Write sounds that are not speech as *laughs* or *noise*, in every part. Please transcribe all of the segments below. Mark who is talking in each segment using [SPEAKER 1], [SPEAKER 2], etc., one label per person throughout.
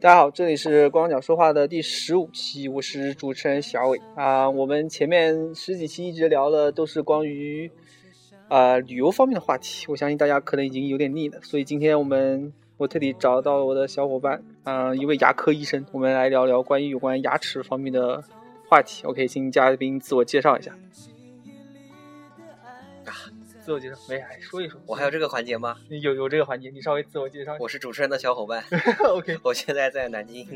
[SPEAKER 1] 大家好，这里是光脚说话的第十五期，我是主持人小伟啊、我们前面十几期一直聊了都是关于啊、旅游方面的话题，我相信大家可能已经有点腻了，所以今天我们我特地找到我的小伙伴啊、一位牙科医生，我们来聊聊关于有关牙齿方面的话题。OK，请嘉宾自我介绍一下。啊自我介绍，没哎，说一说，
[SPEAKER 2] 我还有这个环节吗？
[SPEAKER 1] 有有这个环节，你稍微自我介绍一下。
[SPEAKER 2] 我是主持人的小伙伴，
[SPEAKER 1] *laughs* OK，
[SPEAKER 2] 我现在在南京，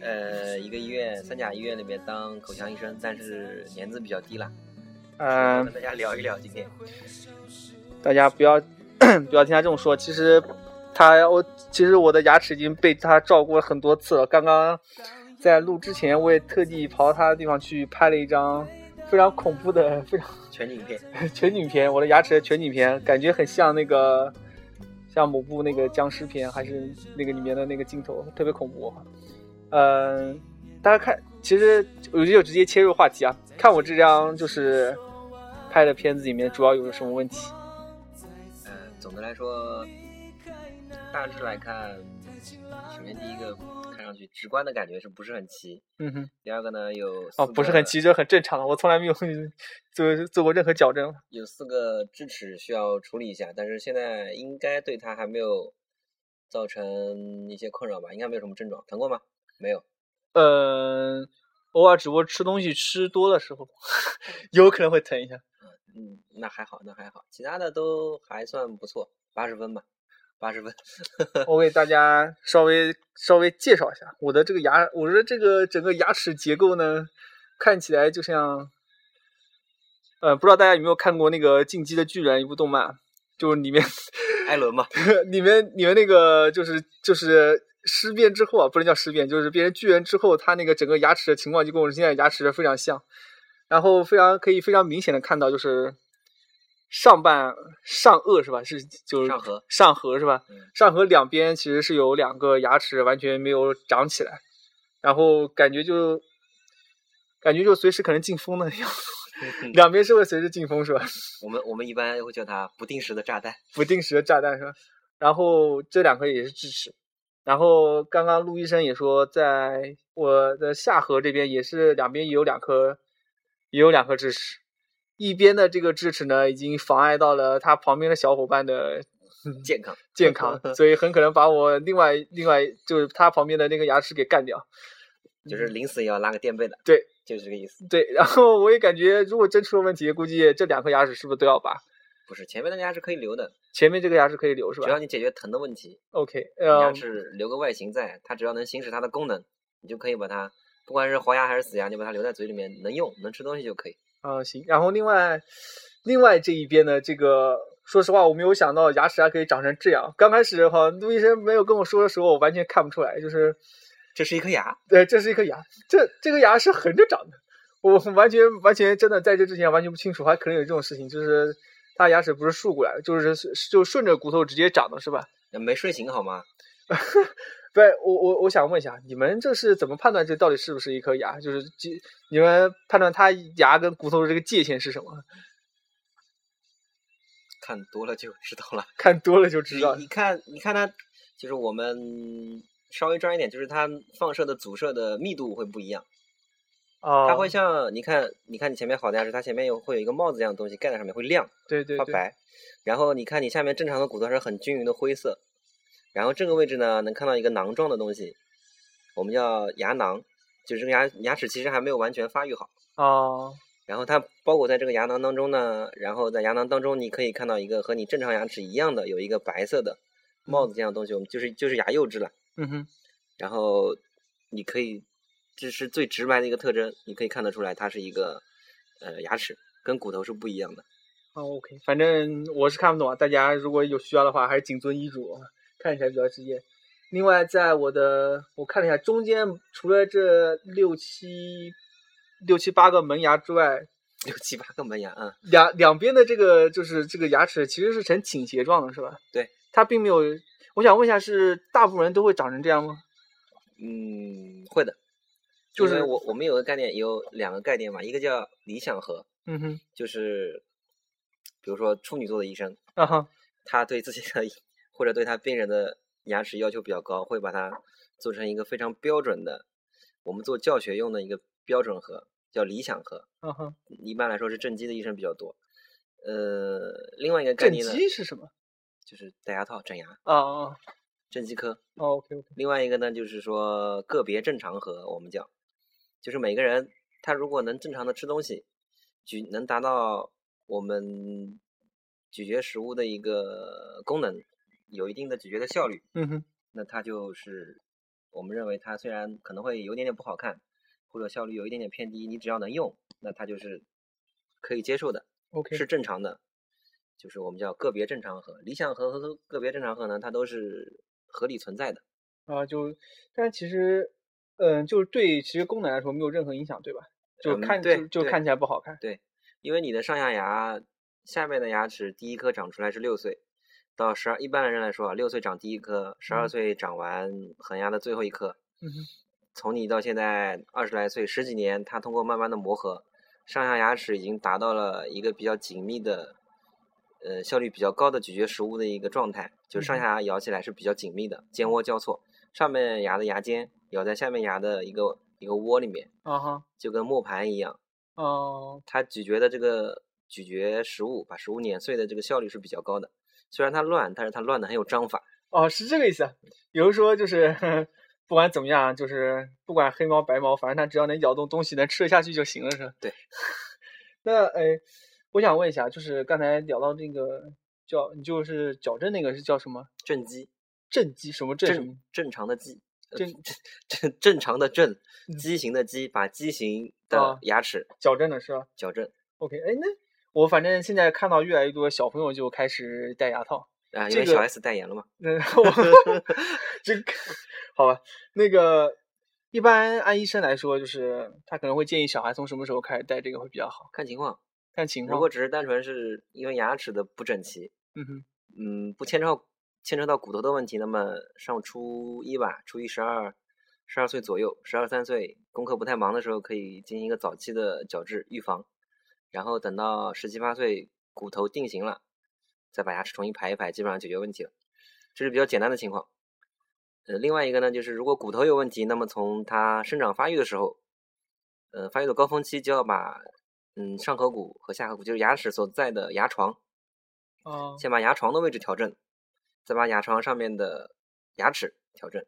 [SPEAKER 2] 呃，一个医院三甲医院里面当口腔医生，但是年资比较低了。
[SPEAKER 1] 嗯、
[SPEAKER 2] 跟大家聊一聊今天。
[SPEAKER 1] 大家不要 *clears throat* 不要听他这么说，其实他我其实我的牙齿已经被他照顾了很多次了。刚刚在录之前，我也特地跑到他的地方去拍了一张非常恐怖的、 *laughs* 非常
[SPEAKER 2] 全景片，
[SPEAKER 1] 全景片，我的牙齿的全景片，感觉很像那个像某部那个僵尸片，还是那个里面的那个镜头，特别恐怖。嗯、大家看，其实我就直接切入话题啊，看我这张就是拍的片子里面主要有什么问题？
[SPEAKER 2] 呃，总的来说，大致来看，首先第一个看上去直观的感觉是不是很齐？
[SPEAKER 1] 嗯哼。
[SPEAKER 2] 第二个呢有
[SPEAKER 1] 哦，
[SPEAKER 2] 四
[SPEAKER 1] 不是很
[SPEAKER 2] 个
[SPEAKER 1] 齐，这很正常的，我从来没有 *laughs* 做做过任何矫正。
[SPEAKER 2] 有四个智齿需要处理一下，但是现在应该对它还没有造成一些困扰吧？应该没有什么症状，疼过吗？没有。
[SPEAKER 1] 呃，偶尔只不过吃东西吃多的时候， *laughs* 有可能会疼一下。
[SPEAKER 2] 嗯，那还好，那还好，其他的都还算不错，八十分吧，八十分。
[SPEAKER 1] 我给大家稍微稍微介绍一下我的这个牙，我的这个整个牙齿结构呢，看起来就像，呃，不知道大家有没有看过那个《进击的巨人》一部动漫，啊就是里面
[SPEAKER 2] *laughs* 艾伦嘛，
[SPEAKER 1] *laughs* 里面里面那个就是就是尸变之后啊，不能叫尸变，就是变成巨人之后，他那个整个牙齿的情况就跟我现在牙齿非常像，然后非常可以非常明显的看到就是上半上颚是吧？是就是
[SPEAKER 2] 上颌
[SPEAKER 1] 上颌是吧？
[SPEAKER 2] 嗯
[SPEAKER 1] 上颌两边其实是有两个牙齿完全没有长起来，然后感觉就感觉就随时可能进风的样子， *laughs* 两边是会随时进风是吧？
[SPEAKER 2] 嗯我们我们一般会叫它不定时的炸弹。
[SPEAKER 1] 不定时的炸弹是吧？然后这两颗也是智齿，然后刚刚陆医生也说，在我的下颌这边也是两边也有两颗，也有两颗智齿，一边的这个智齿呢已经妨碍到了他旁边的小伙伴的
[SPEAKER 2] 健康，
[SPEAKER 1] 嗯
[SPEAKER 2] *laughs*
[SPEAKER 1] 健康，所以很可能把我另外另外就是他旁边的那个牙齿给干掉。
[SPEAKER 2] 就是临死也要拉个垫背的。
[SPEAKER 1] 嗯对，
[SPEAKER 2] 就是这个意思。
[SPEAKER 1] 对，然后我也感觉，如果真出了问题，估计这两颗牙齿是不是都要拔？
[SPEAKER 2] 不是前面的牙齿可以留的，
[SPEAKER 1] 前面这个牙齿可以留是
[SPEAKER 2] 只要
[SPEAKER 1] 吧
[SPEAKER 2] 你解决疼的问题，
[SPEAKER 1] ？OK，
[SPEAKER 2] 牙
[SPEAKER 1] 呃，
[SPEAKER 2] 齿留个外形在，它只要能行使它的功能，你就可以把它，不管是黄牙还是死牙，你把它留在嘴里面，能用能吃东西就可以。
[SPEAKER 1] 啊，行。然后另外，另外这一边的这个，说实话，我没有想到牙齿还可以长成这样。刚开始哈，陆医生没有跟我说的时候，我完全看不出来，就是，
[SPEAKER 2] 这是一颗牙，
[SPEAKER 1] 呃，这是一颗牙，这这个牙是横着长的。我完全完全真的在这之前完全不清楚，还可能有这种事情，就是它牙齿不是竖过来的，就是是就顺着骨头直接长的，是吧？
[SPEAKER 2] 没睡醒好吗？
[SPEAKER 1] 不是，我我我想问一下，你们这是怎么判断这到底是不是一颗牙？就是基你们判断它牙跟骨头的这个界限是什么？
[SPEAKER 2] 看多了就知道了。
[SPEAKER 1] 看多了就
[SPEAKER 2] 你
[SPEAKER 1] 知道了。
[SPEAKER 2] 你看，你看它，就是我们稍微专一点，就是它放射的阻射的密度会不一样。
[SPEAKER 1] 啊，
[SPEAKER 2] 它会像你看，你看你前面好的牙齿，它前面有会有一个帽子一样的东西盖在上面，会亮
[SPEAKER 1] 对对
[SPEAKER 2] 发
[SPEAKER 1] 对，
[SPEAKER 2] 白。然后你看你下面正常的骨头是很均匀的灰色，然后这个位置呢能看到一个囊状的东西，我们叫牙囊，就是这个牙牙齿其实还没有完全发育好。
[SPEAKER 1] 啊，
[SPEAKER 2] 然后它包裹在这个牙囊当中呢，然后在牙囊当中，你可以看到一个和你正常牙齿一样的，有一个白色的帽子这样的东西，我们就是就是牙釉质了。
[SPEAKER 1] 嗯哼，
[SPEAKER 2] 然后你可以，这是最直白的一个特征，你可以看得出来它是一个呃牙齿，跟骨头是不一样的。
[SPEAKER 1] 啊，OK，反正我是看不懂啊，大家如果有需要的话，还是谨遵医嘱啊，看起来比较直接。另外，在我的我看了一下，中间除了这六七六七八个门牙之外，
[SPEAKER 2] 六七八个门牙
[SPEAKER 1] *laughs*
[SPEAKER 2] 啊，
[SPEAKER 1] 两两边的这个就是这个牙齿其实是呈倾斜状的，是吧？
[SPEAKER 2] 对，
[SPEAKER 1] 它并没有。我想问一下，是大部分人都会长成这样吗？
[SPEAKER 2] 嗯，会的。
[SPEAKER 1] 就
[SPEAKER 2] 因为
[SPEAKER 1] 是
[SPEAKER 2] 我我们有个概念，有两个概念嘛，一个叫理想和，
[SPEAKER 1] 嗯哼，
[SPEAKER 2] 就是比如说处女座的医生，
[SPEAKER 1] 啊哈，
[SPEAKER 2] 他对自己的或者对他病人的牙齿要求比较高，会把它做成一个非常标准的，我们做教学用的一个标准盒，叫理想盒。
[SPEAKER 1] 嗯哼，
[SPEAKER 2] 一般来说是正畸的医生比较多。呃，另外一个概
[SPEAKER 1] 正
[SPEAKER 2] 念呢，
[SPEAKER 1] 畸是什么？
[SPEAKER 2] 就是戴牙套、整牙、
[SPEAKER 1] 啊啊
[SPEAKER 2] 正畸科。
[SPEAKER 1] ，OK OK，
[SPEAKER 2] 另外一个呢，就是说个别正常和我们讲，就是每个人他如果能正常的吃东西，咀能达到我们咀嚼食物的一个功能，有一定的咀嚼的效率，
[SPEAKER 1] 嗯哼，
[SPEAKER 2] 那他就是我们认为他虽然可能会有一点点不好看，或者效率有一点点偏低，你只要能用，那他就是可以接受的。
[SPEAKER 1] ，OK，
[SPEAKER 2] 是正常的，就是我们叫个别正常和。理想和和个别正常和呢，它都是合理存在的。
[SPEAKER 1] 啊，就，但是其实，嗯，就是对其实功能来说没有任何影响，对吧？就
[SPEAKER 2] 嗯
[SPEAKER 1] 看、
[SPEAKER 2] 对
[SPEAKER 1] 就就
[SPEAKER 2] 对
[SPEAKER 1] 看起来不好看。
[SPEAKER 2] 因为你的上下牙下面的牙齿第一颗长出来是六岁，到十二一般的人来说啊，六岁长第一颗，十二
[SPEAKER 1] 嗯
[SPEAKER 2] 岁长完恒牙的最后一颗。
[SPEAKER 1] 嗯哼，
[SPEAKER 2] 从你到现在二十来岁，十几年，它通过慢慢的磨合，上下牙齿已经达到了一个比较紧密的，呃，效率比较高的咀嚼食物的一个状态，就上
[SPEAKER 1] 嗯哼
[SPEAKER 2] 下牙咬起来是比较紧密的，尖窝交错，上面牙的牙尖咬在下面牙的一个一个窝里面，
[SPEAKER 1] 啊哈，
[SPEAKER 2] 就跟磨盘一样，
[SPEAKER 1] 哦、
[SPEAKER 2] 它咀嚼的这个咀嚼食物，把食物碾碎的这个效率是比较高的。虽然它乱，但是它乱的很有章法。
[SPEAKER 1] 哦，是这个意思。啊。比如说，就是 *laughs* 不管怎么样，就是不管黑猫白猫，反正它只要能咬动东西，能吃得下去就行了，是吧？
[SPEAKER 2] 对。
[SPEAKER 1] *laughs* 那哎，我想问一下，就是刚才聊到这个叫，你就是矫正那个是叫什么？
[SPEAKER 2] 正畸，
[SPEAKER 1] 正畸什么正什么
[SPEAKER 2] 正正常的畸，呃
[SPEAKER 1] 正
[SPEAKER 2] 正正常的正
[SPEAKER 1] 嗯，
[SPEAKER 2] 畸形的畸，把畸形
[SPEAKER 1] 啊
[SPEAKER 2] 的牙齿
[SPEAKER 1] 矫正的是吧
[SPEAKER 2] 矫正
[SPEAKER 1] ？OK，哎，那我反正现在看到越来越多小朋友就开始戴牙套。
[SPEAKER 2] 啊，
[SPEAKER 1] 这
[SPEAKER 2] 因为小
[SPEAKER 1] 个
[SPEAKER 2] S 代言了嘛。
[SPEAKER 1] 嗯， *laughs* 我这个好吧，那个一般按医生来说，就是他可能会建议小孩从什么时候开始戴这个会比较好，
[SPEAKER 2] 看情况，
[SPEAKER 1] 看情
[SPEAKER 2] 如
[SPEAKER 1] 况。
[SPEAKER 2] 果只是单纯是因为牙齿的不整齐，
[SPEAKER 1] 嗯哼，
[SPEAKER 2] 嗯，不牵扯到牵扯到骨头的问题，那么上初一吧，初一十二，十二岁左右，十二三岁，功课不太忙的时候，可以进行一个早期的矫治预防，然后等到十七八岁骨头定型了，再把牙齿重新排一排，基本上解决问题了。这是比较简单的情况。呃，另外一个呢，就是如果骨头有问题，那么从它生长发育的时候，呃，发育的高峰期就要把嗯上颌骨和下颌骨，就是牙齿所在的牙床，
[SPEAKER 1] 啊、
[SPEAKER 2] 先把牙床的位置调正，再把牙床上面的牙齿调正。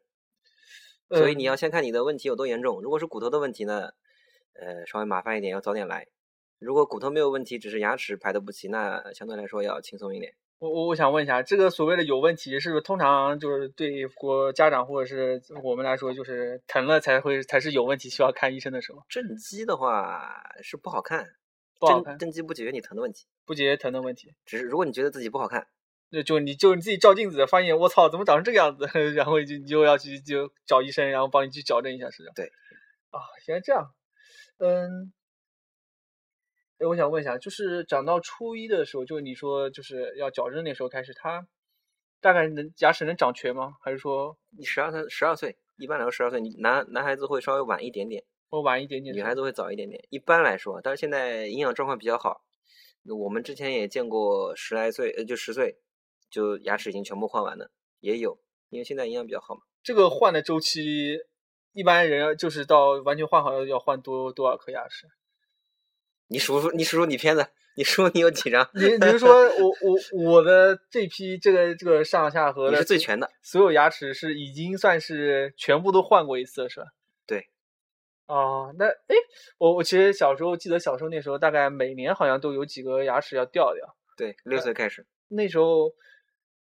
[SPEAKER 2] 所
[SPEAKER 1] 嗯
[SPEAKER 2] 以你
[SPEAKER 1] 呃
[SPEAKER 2] 要先看你的问题有多严重。如果是骨头的问题呢，呃，稍微麻烦一点，要早点来。如果骨头没有问题，只是牙齿排的不齐，那相对来说要轻松一点。
[SPEAKER 1] 我我我想问一下，这个所谓的有问题，是不是通常就是对国家长或者是我们来说，就是疼了才会才是有问题，需要看医生的时候，
[SPEAKER 2] 正畸的话是不好看，
[SPEAKER 1] 不好
[SPEAKER 2] 正
[SPEAKER 1] 看，
[SPEAKER 2] 正畸不解决你疼的问题，
[SPEAKER 1] 不解决疼的问题。
[SPEAKER 2] 只是如果你觉得自己不好看，
[SPEAKER 1] 就就你就你自己照镜子，发现我操，怎么长成这个样子？ *laughs* 然后就你就要去就找医生，然后帮你去矫正一下，是这样。
[SPEAKER 2] 对。
[SPEAKER 1] 啊，原来这样。嗯，哎，我想问一下，就是长到初一的时候，就是你说就是要矫正那时候开始，它大概能牙齿能长全吗？还是说
[SPEAKER 2] 你十二岁十二岁，一般来说十二岁，你男男孩子会稍微晚一点点，
[SPEAKER 1] 我晚一点点？
[SPEAKER 2] 女孩子会早一点点。一般来说，但是现在营养状况比较好，那我们之前也见过十来岁，呃，就十岁就牙齿已经全部换完了，也有，因为现在营养比较好嘛。
[SPEAKER 1] 这个换的周期，一般人就是到完全换好要要换多多少颗牙齿？
[SPEAKER 2] 你数数，你数数你片子，你数数你有几张？
[SPEAKER 1] *laughs* 你你是说我我我的这批这个这个上下颌
[SPEAKER 2] 你
[SPEAKER 1] 的
[SPEAKER 2] 是最全的，
[SPEAKER 1] 所有牙齿是已经算是全部都换过一次了，是吧？
[SPEAKER 2] 对。
[SPEAKER 1] 哦，那诶，我我其实小时候记得小时候那时候，大概每年好像都有几个牙齿要掉掉。
[SPEAKER 2] 对，六岁开始。
[SPEAKER 1] 那时候，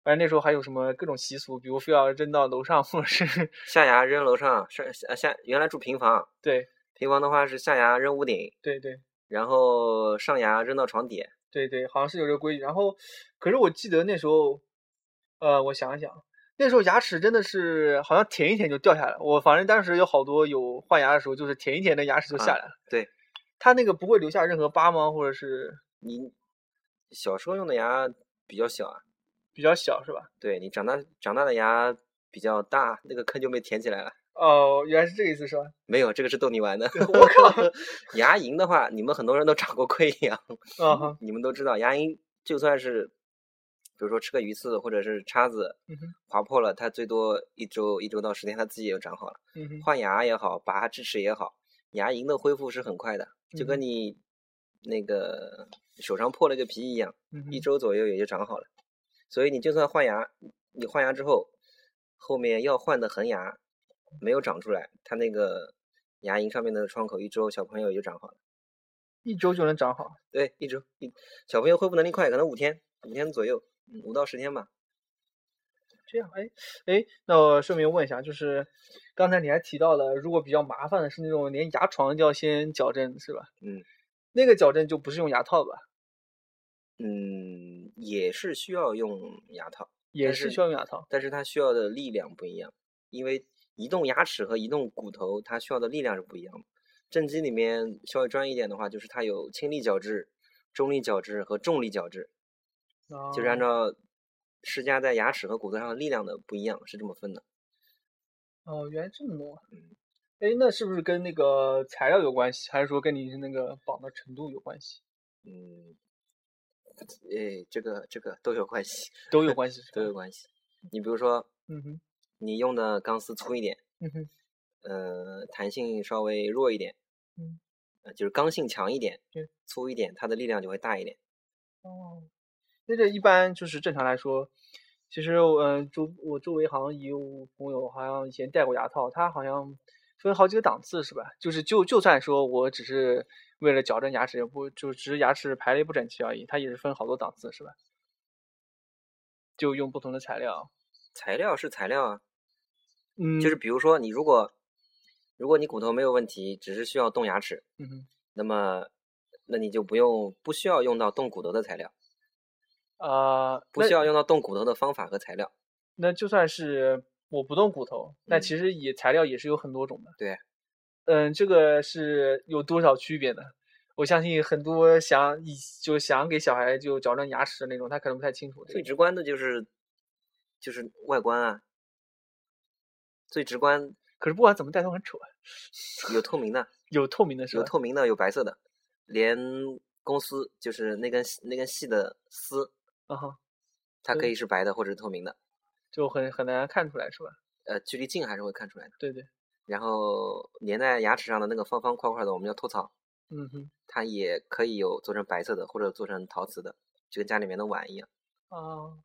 [SPEAKER 1] 反正那时候还有什么各种习俗，比如非要扔到楼上，或者是 *laughs*
[SPEAKER 2] 下牙扔楼上，上下下原来住平房，
[SPEAKER 1] 对
[SPEAKER 2] 平房的话是下牙扔屋顶，
[SPEAKER 1] 对对
[SPEAKER 2] 然后上牙扔到床底。
[SPEAKER 1] 对对，好像是有这个规矩。然后，可是我记得那时候，呃，我想一想，那时候牙齿真的是好像舔一舔就掉下来了。我反正当时有好多有换牙的时候，就是舔一舔那牙齿就下
[SPEAKER 2] 啊
[SPEAKER 1] 来了。
[SPEAKER 2] 对，
[SPEAKER 1] 它那个不会留下任何疤吗？或者是
[SPEAKER 2] 你小时候用的牙比较小啊，
[SPEAKER 1] 比较小是吧？
[SPEAKER 2] 对你长大长大的牙比较大，那个坑就被填起来了。
[SPEAKER 1] 哦，原来是这个意思是吧？
[SPEAKER 2] 没有，这个是逗你
[SPEAKER 1] *laughs*
[SPEAKER 2] 玩的。
[SPEAKER 1] 我靠！
[SPEAKER 2] 牙龈的 *laughs* 话，你们很多人都长过溃疡，
[SPEAKER 1] 啊哈，
[SPEAKER 2] 你们都知道，牙龈就算是比如说吃个鱼刺或者是叉子
[SPEAKER 1] 嗯哼
[SPEAKER 2] 划破了，它最多一周一周到十天，它自己也就长好了。
[SPEAKER 1] 嗯哼，
[SPEAKER 2] 换牙也好，拔智齿也好，牙龈的恢复是很快的，就跟
[SPEAKER 1] 嗯
[SPEAKER 2] 你那个手上破了个皮一样，
[SPEAKER 1] 嗯哼
[SPEAKER 2] 一周左右也就长好了。所以你就算换牙，你换牙之后，后面要换的恒牙没有长出来，它那个牙龈上面的创口一周小朋友也就长好了。
[SPEAKER 1] 一周就能长好。
[SPEAKER 2] 对，一周一小朋友恢复能力快，可能五天五天左右，嗯五到十天吧。
[SPEAKER 1] 这样，哎哎，那我顺便问一下，就是刚才你还提到了，如果比较麻烦的是那种连牙床都要先矫正，是吧？
[SPEAKER 2] 嗯，
[SPEAKER 1] 那个矫正就不是用牙套吧？
[SPEAKER 2] 嗯，也是需要用牙套。
[SPEAKER 1] 也
[SPEAKER 2] 但
[SPEAKER 1] 是
[SPEAKER 2] 是
[SPEAKER 1] 需要用牙套。
[SPEAKER 2] 但是它需要的力量不一样，因为移动牙齿和移动骨头它需要的力量是不一样的。正畸里面稍微专业一点的话，就是它有轻力矫治、中力矫治和重力矫治，就是按
[SPEAKER 1] 哦
[SPEAKER 2] 照施加在牙齿和骨头上的力量的不一样，是这么分的。
[SPEAKER 1] 哦，原来这么弄啊
[SPEAKER 2] 嗯。
[SPEAKER 1] 哎，那是不是跟那个材料有关系，还是说跟你那个绑的程度有关系？
[SPEAKER 2] 嗯，诶，这个这个都有关系，
[SPEAKER 1] 都有关系
[SPEAKER 2] *laughs*
[SPEAKER 1] 是
[SPEAKER 2] 都有
[SPEAKER 1] 吧。
[SPEAKER 2] 关系。你比如说，
[SPEAKER 1] 嗯哼，
[SPEAKER 2] 你用的钢丝粗一点，
[SPEAKER 1] 嗯哼，
[SPEAKER 2] 呃，弹性稍微弱一点，
[SPEAKER 1] 嗯，
[SPEAKER 2] 呃，就是刚性强一点，
[SPEAKER 1] 对，
[SPEAKER 2] 粗一点，它的力量就会大一点。
[SPEAKER 1] 哦，那这一般就是正常来说，其实我呃周我周围好像也有朋友好像以前戴过牙套，他好像分好几个档次是吧？就是就就算说我只是为了矫正牙齿，也不就只是牙齿排列不整齐而已，它也是分好多档次是吧？就用不同的材料，
[SPEAKER 2] 材料是材料啊，
[SPEAKER 1] 嗯，
[SPEAKER 2] 就是比如说你如果如果你骨头没有问题，只是需要动牙齿，
[SPEAKER 1] 嗯哼
[SPEAKER 2] 那么那你就不用不需要用到动骨头的材料，
[SPEAKER 1] 啊，
[SPEAKER 2] 不
[SPEAKER 1] 那
[SPEAKER 2] 需要用到动骨头的方法和材料。
[SPEAKER 1] 那就算是我不动骨头，那
[SPEAKER 2] 嗯
[SPEAKER 1] 其实也材料也是有很多种的。
[SPEAKER 2] 对，
[SPEAKER 1] 嗯，这个是有多少区别呢？我相信很多想以就想给小孩就矫正牙齿的那种，他可能不太清楚这
[SPEAKER 2] 最
[SPEAKER 1] 个。
[SPEAKER 2] 直观的就是就是外观啊，最直观
[SPEAKER 1] 可是不管怎么戴都很丑啊，
[SPEAKER 2] 有透明的，
[SPEAKER 1] 有透明的 *laughs* 是
[SPEAKER 2] 有
[SPEAKER 1] 吧？
[SPEAKER 2] 透明的，有白色的，连公丝就是那根那根细的丝，
[SPEAKER 1] 啊哈，
[SPEAKER 2] 它可
[SPEAKER 1] 对
[SPEAKER 2] 以是白的或者是透明的，
[SPEAKER 1] 就很很难看出来是吧？
[SPEAKER 2] 呃，距离近还是会看出来的。
[SPEAKER 1] 对对，
[SPEAKER 2] 然后粘在牙齿上的那个方方块块的，我们叫托槽。
[SPEAKER 1] 嗯哼
[SPEAKER 2] 它也可以有做成白色的，或者做成陶瓷的，就跟家里面的碗一样。
[SPEAKER 1] 啊，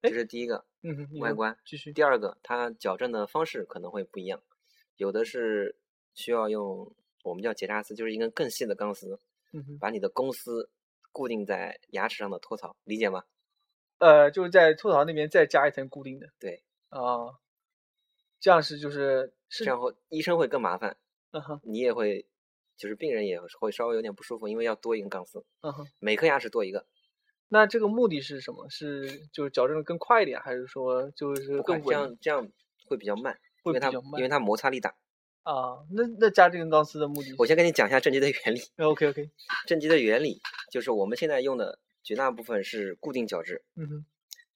[SPEAKER 2] 这
[SPEAKER 1] 诶
[SPEAKER 2] 是第一个
[SPEAKER 1] 嗯哼，你
[SPEAKER 2] 外
[SPEAKER 1] 说
[SPEAKER 2] 观。
[SPEAKER 1] 继续。
[SPEAKER 2] 第二个，它矫正的方式可能会不一样，有的是需要用我们叫结扎丝，就是一根更细的钢丝，
[SPEAKER 1] 嗯哼，
[SPEAKER 2] 把你的公丝固定在牙齿上的托槽，理解吗？
[SPEAKER 1] 呃，就是在吐槽那边再加一层固定的。
[SPEAKER 2] 对。
[SPEAKER 1] 啊，这样是就是是
[SPEAKER 2] 这样会医生会更麻烦，
[SPEAKER 1] 嗯哼
[SPEAKER 2] 你也会，就是病人也会稍微有点不舒服，因为要多一根钢丝，
[SPEAKER 1] 嗯哼。
[SPEAKER 2] 每颗牙齿多一个，
[SPEAKER 1] 那这个目的是什么？是就是矫正的更快一点，还是说就是
[SPEAKER 2] 不快
[SPEAKER 1] 更
[SPEAKER 2] 这
[SPEAKER 1] 稳
[SPEAKER 2] 样这样会比较慢，
[SPEAKER 1] 会
[SPEAKER 2] 因为
[SPEAKER 1] 比
[SPEAKER 2] 它
[SPEAKER 1] 较
[SPEAKER 2] 因
[SPEAKER 1] 慢
[SPEAKER 2] 为它摩擦力大。
[SPEAKER 1] 啊？那那加这根钢丝的目的是？呃
[SPEAKER 2] 我先跟你讲一下正极的原理。
[SPEAKER 1] OK OK，
[SPEAKER 2] 正极的原理就是我们现在用的绝大部分是固定角质。
[SPEAKER 1] 嗯哼，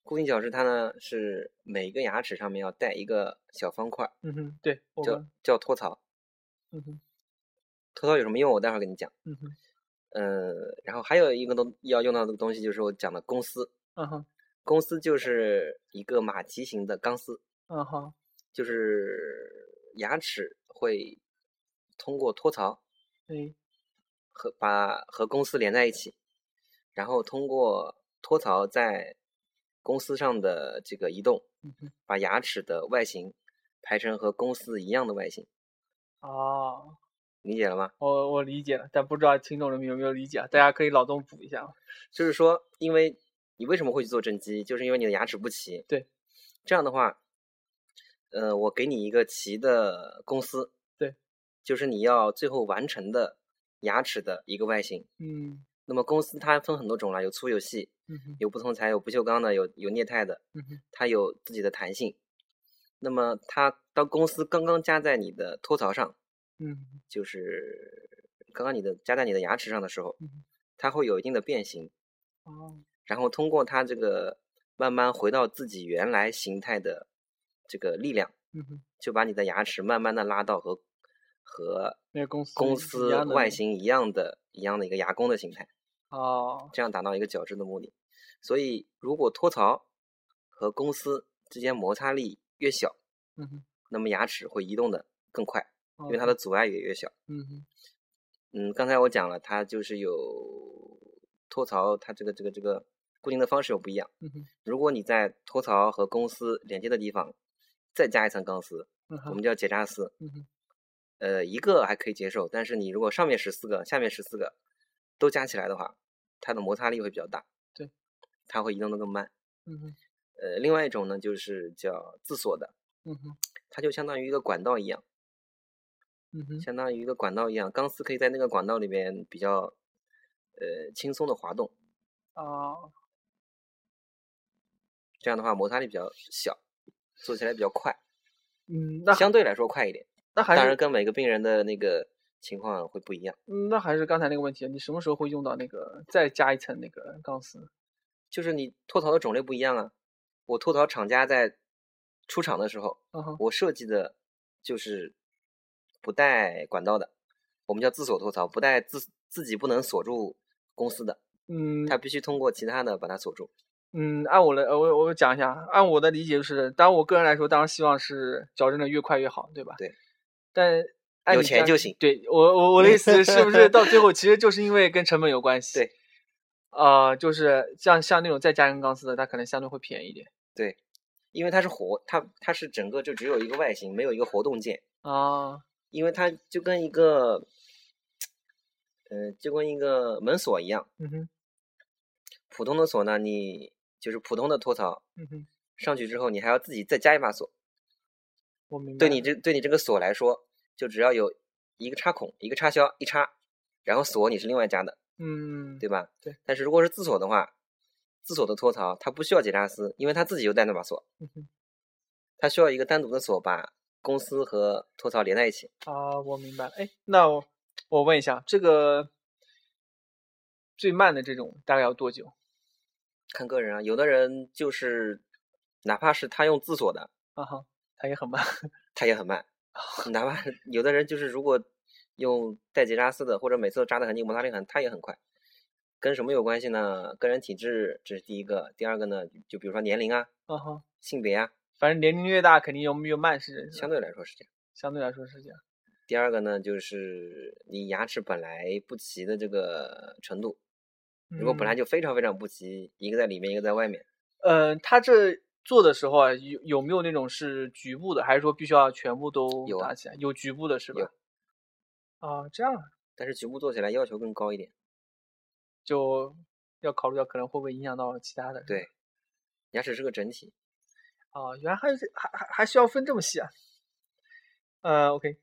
[SPEAKER 2] 固定角质它呢是每个牙齿上面要带一个小方块儿，
[SPEAKER 1] 嗯哼，对，我
[SPEAKER 2] 叫
[SPEAKER 1] 们，
[SPEAKER 2] 叫托槽。
[SPEAKER 1] 嗯哼，
[SPEAKER 2] 托槽有什么用？我待会儿跟你讲。
[SPEAKER 1] 嗯哼，
[SPEAKER 2] 呃，然后还有一个东要用到的东西就是我讲的公丝。
[SPEAKER 1] 嗯哼，
[SPEAKER 2] 公丝就是一个马蹄形的钢丝，
[SPEAKER 1] 嗯哼，
[SPEAKER 2] 就是牙齿会通过托槽
[SPEAKER 1] 哎，
[SPEAKER 2] 和把和公司连在一起，然后通过托槽在公司上的这个移动
[SPEAKER 1] 嗯哼，
[SPEAKER 2] 把牙齿的外形排成和公司一样的外形，
[SPEAKER 1] 啊，
[SPEAKER 2] 理解了吗？
[SPEAKER 1] 我我理解了，但不知道听众人们有没有理解啊，大家可以脑洞补一下啊。
[SPEAKER 2] 就是说，因为你为什么会去做正畸，就是因为你的牙齿不齐。
[SPEAKER 1] 对，
[SPEAKER 2] 这样的话，呃，我给你一个齐的公司，
[SPEAKER 1] 对，
[SPEAKER 2] 就是你要最后完成的牙齿的一个外形。
[SPEAKER 1] 嗯
[SPEAKER 2] 那么公司它分很多种啦，有粗有细，
[SPEAKER 1] 嗯哼
[SPEAKER 2] 有不同材，有不锈钢的，有有镍钛的，
[SPEAKER 1] 嗯哼
[SPEAKER 2] 它有自己的弹性。那么它当公司刚刚加在你的托槽上，
[SPEAKER 1] 嗯哼
[SPEAKER 2] 就是刚刚你的加在你的牙齿上的时候
[SPEAKER 1] 嗯哼，
[SPEAKER 2] 它会有一定的变形，
[SPEAKER 1] 哦，
[SPEAKER 2] 然后通过它这个慢慢回到自己原来形态的这个力量，
[SPEAKER 1] 嗯哼，
[SPEAKER 2] 就把你的牙齿慢慢的拉到和
[SPEAKER 1] *laughs*
[SPEAKER 2] 和
[SPEAKER 1] 那个公司
[SPEAKER 2] 公
[SPEAKER 1] 是一
[SPEAKER 2] 司
[SPEAKER 1] 样的
[SPEAKER 2] 外
[SPEAKER 1] 那
[SPEAKER 2] 形一样的一样的一个牙弓的形态，
[SPEAKER 1] 哦，
[SPEAKER 2] 这样达到一个矫正的目的。所以，如果托槽和公司之间摩擦力越小，
[SPEAKER 1] 嗯哼，
[SPEAKER 2] 那么牙齿会移动的更快，因为它
[SPEAKER 1] 哦
[SPEAKER 2] 的阻碍也越小。
[SPEAKER 1] 嗯哼，
[SPEAKER 2] 嗯，刚才我讲了，它就是有托槽，它这个这个这个固定的方式又不一样。
[SPEAKER 1] 嗯哼，
[SPEAKER 2] 如果你在托槽和公司连接的地方再加一层钢丝，
[SPEAKER 1] 嗯
[SPEAKER 2] 我
[SPEAKER 1] 哼，
[SPEAKER 2] 们叫结扎丝。
[SPEAKER 1] 嗯哼，
[SPEAKER 2] 呃，一个还可以接受，但是你如果上面十四个，下面十四个都加起来的话，它的摩擦力会比较大，
[SPEAKER 1] 对，
[SPEAKER 2] 它会移动的更慢。
[SPEAKER 1] 嗯哼，
[SPEAKER 2] 呃，另外一种呢，就是叫自锁的，
[SPEAKER 1] 嗯哼，
[SPEAKER 2] 它就相当于一个管道一样，
[SPEAKER 1] 嗯哼，
[SPEAKER 2] 相当于一个管道一样，钢丝可以在那个管道里边比较呃轻松的滑动，
[SPEAKER 1] 啊，
[SPEAKER 2] 这样的话摩擦力比较小，做起来比较快，
[SPEAKER 1] 嗯，那还
[SPEAKER 2] 相对来说快一点。
[SPEAKER 1] 那还
[SPEAKER 2] 当
[SPEAKER 1] 是
[SPEAKER 2] 然，跟每个病人的那个情况会不一样。
[SPEAKER 1] 嗯那还是刚才那个问题，你什么时候会用到那个再加一层那个钢丝？
[SPEAKER 2] 就是你吐槽的种类不一样啊。我吐槽厂家在出厂的时候，
[SPEAKER 1] 嗯哼，
[SPEAKER 2] 我设计的就是不带管道的，我们叫自锁吐槽，不带自自己不能锁住公司的，
[SPEAKER 1] 嗯
[SPEAKER 2] 它必须通过其他的把它锁住。
[SPEAKER 1] 嗯，按我来，呃我我讲一下，按我的理解就是，当然我个人来说，当然希望是矫正的越快越好，对吧？
[SPEAKER 2] 对。
[SPEAKER 1] 但按
[SPEAKER 2] 有
[SPEAKER 1] 你这
[SPEAKER 2] 钱
[SPEAKER 1] 样
[SPEAKER 2] 就行
[SPEAKER 1] 对我我我的意思是不
[SPEAKER 2] *laughs*
[SPEAKER 1] 是到最后其实就是因为跟成本有关系？
[SPEAKER 2] 对。
[SPEAKER 1] 啊、就是像像那种再加一根钢丝的，它可能相对会便宜一点
[SPEAKER 2] 对，因为它是活，它它是整个就只有一个外形，没有一个活动键，
[SPEAKER 1] 啊。
[SPEAKER 2] 因为它就跟一个，嗯、就跟一个门锁一样，
[SPEAKER 1] 嗯哼，
[SPEAKER 2] 普通的锁呢，你就是普通的吐槽
[SPEAKER 1] 嗯哼，
[SPEAKER 2] 上去之后，你还要自己再加一把锁。
[SPEAKER 1] 我明白。
[SPEAKER 2] 对你这对你这个锁来说，就只要有一个插孔、一个插销一插，然后锁你是另外加的，
[SPEAKER 1] 嗯，
[SPEAKER 2] 对吧？
[SPEAKER 1] 对。
[SPEAKER 2] 但是如果是自锁的话，自锁的托槽它不需要结扎丝，因为它自己就带那把锁，
[SPEAKER 1] 嗯哼
[SPEAKER 2] 它需要一个单独的锁把公司和托槽连在一起。
[SPEAKER 1] 啊，我明白了。哎，那我我问一下，这个最慢的这种大概要多久
[SPEAKER 2] 看个人啊，有的人就是哪怕是他用自锁的，
[SPEAKER 1] 啊？哈，它也很慢。
[SPEAKER 2] 他也很慢，
[SPEAKER 1] 哦
[SPEAKER 2] 哪怕是有的人就是如果用带结扎丝的，或者每次都扎得很紧，摩擦力很，他也很快。跟什么有关系呢？跟人体质，这是第一个。第二个呢，就比如说年龄啊、
[SPEAKER 1] 啊哈，
[SPEAKER 2] 性别啊，
[SPEAKER 1] 反正年龄越大，肯定要越慢是
[SPEAKER 2] 相
[SPEAKER 1] 相
[SPEAKER 2] 对来说是这样。
[SPEAKER 1] 相对来说是这样。
[SPEAKER 2] 第二个呢，就是你牙齿本来不齐的这个程度，如果本来
[SPEAKER 1] 嗯
[SPEAKER 2] 就非常非常不齐，一个在里面，一个在外面，
[SPEAKER 1] 呃，他这做的时候啊，有有没有那种是局部的，还是说必须要全部都
[SPEAKER 2] 有啊
[SPEAKER 1] 打起来？有局部的是吧
[SPEAKER 2] 有？
[SPEAKER 1] 啊，这样啊
[SPEAKER 2] 但是局部做起来要求更高一点。
[SPEAKER 1] 就要考虑到可能会不会影响到其他的。
[SPEAKER 2] 对牙齿是个整体，
[SPEAKER 1] 啊，原来还是还还还需要分这么细啊？呃，OK，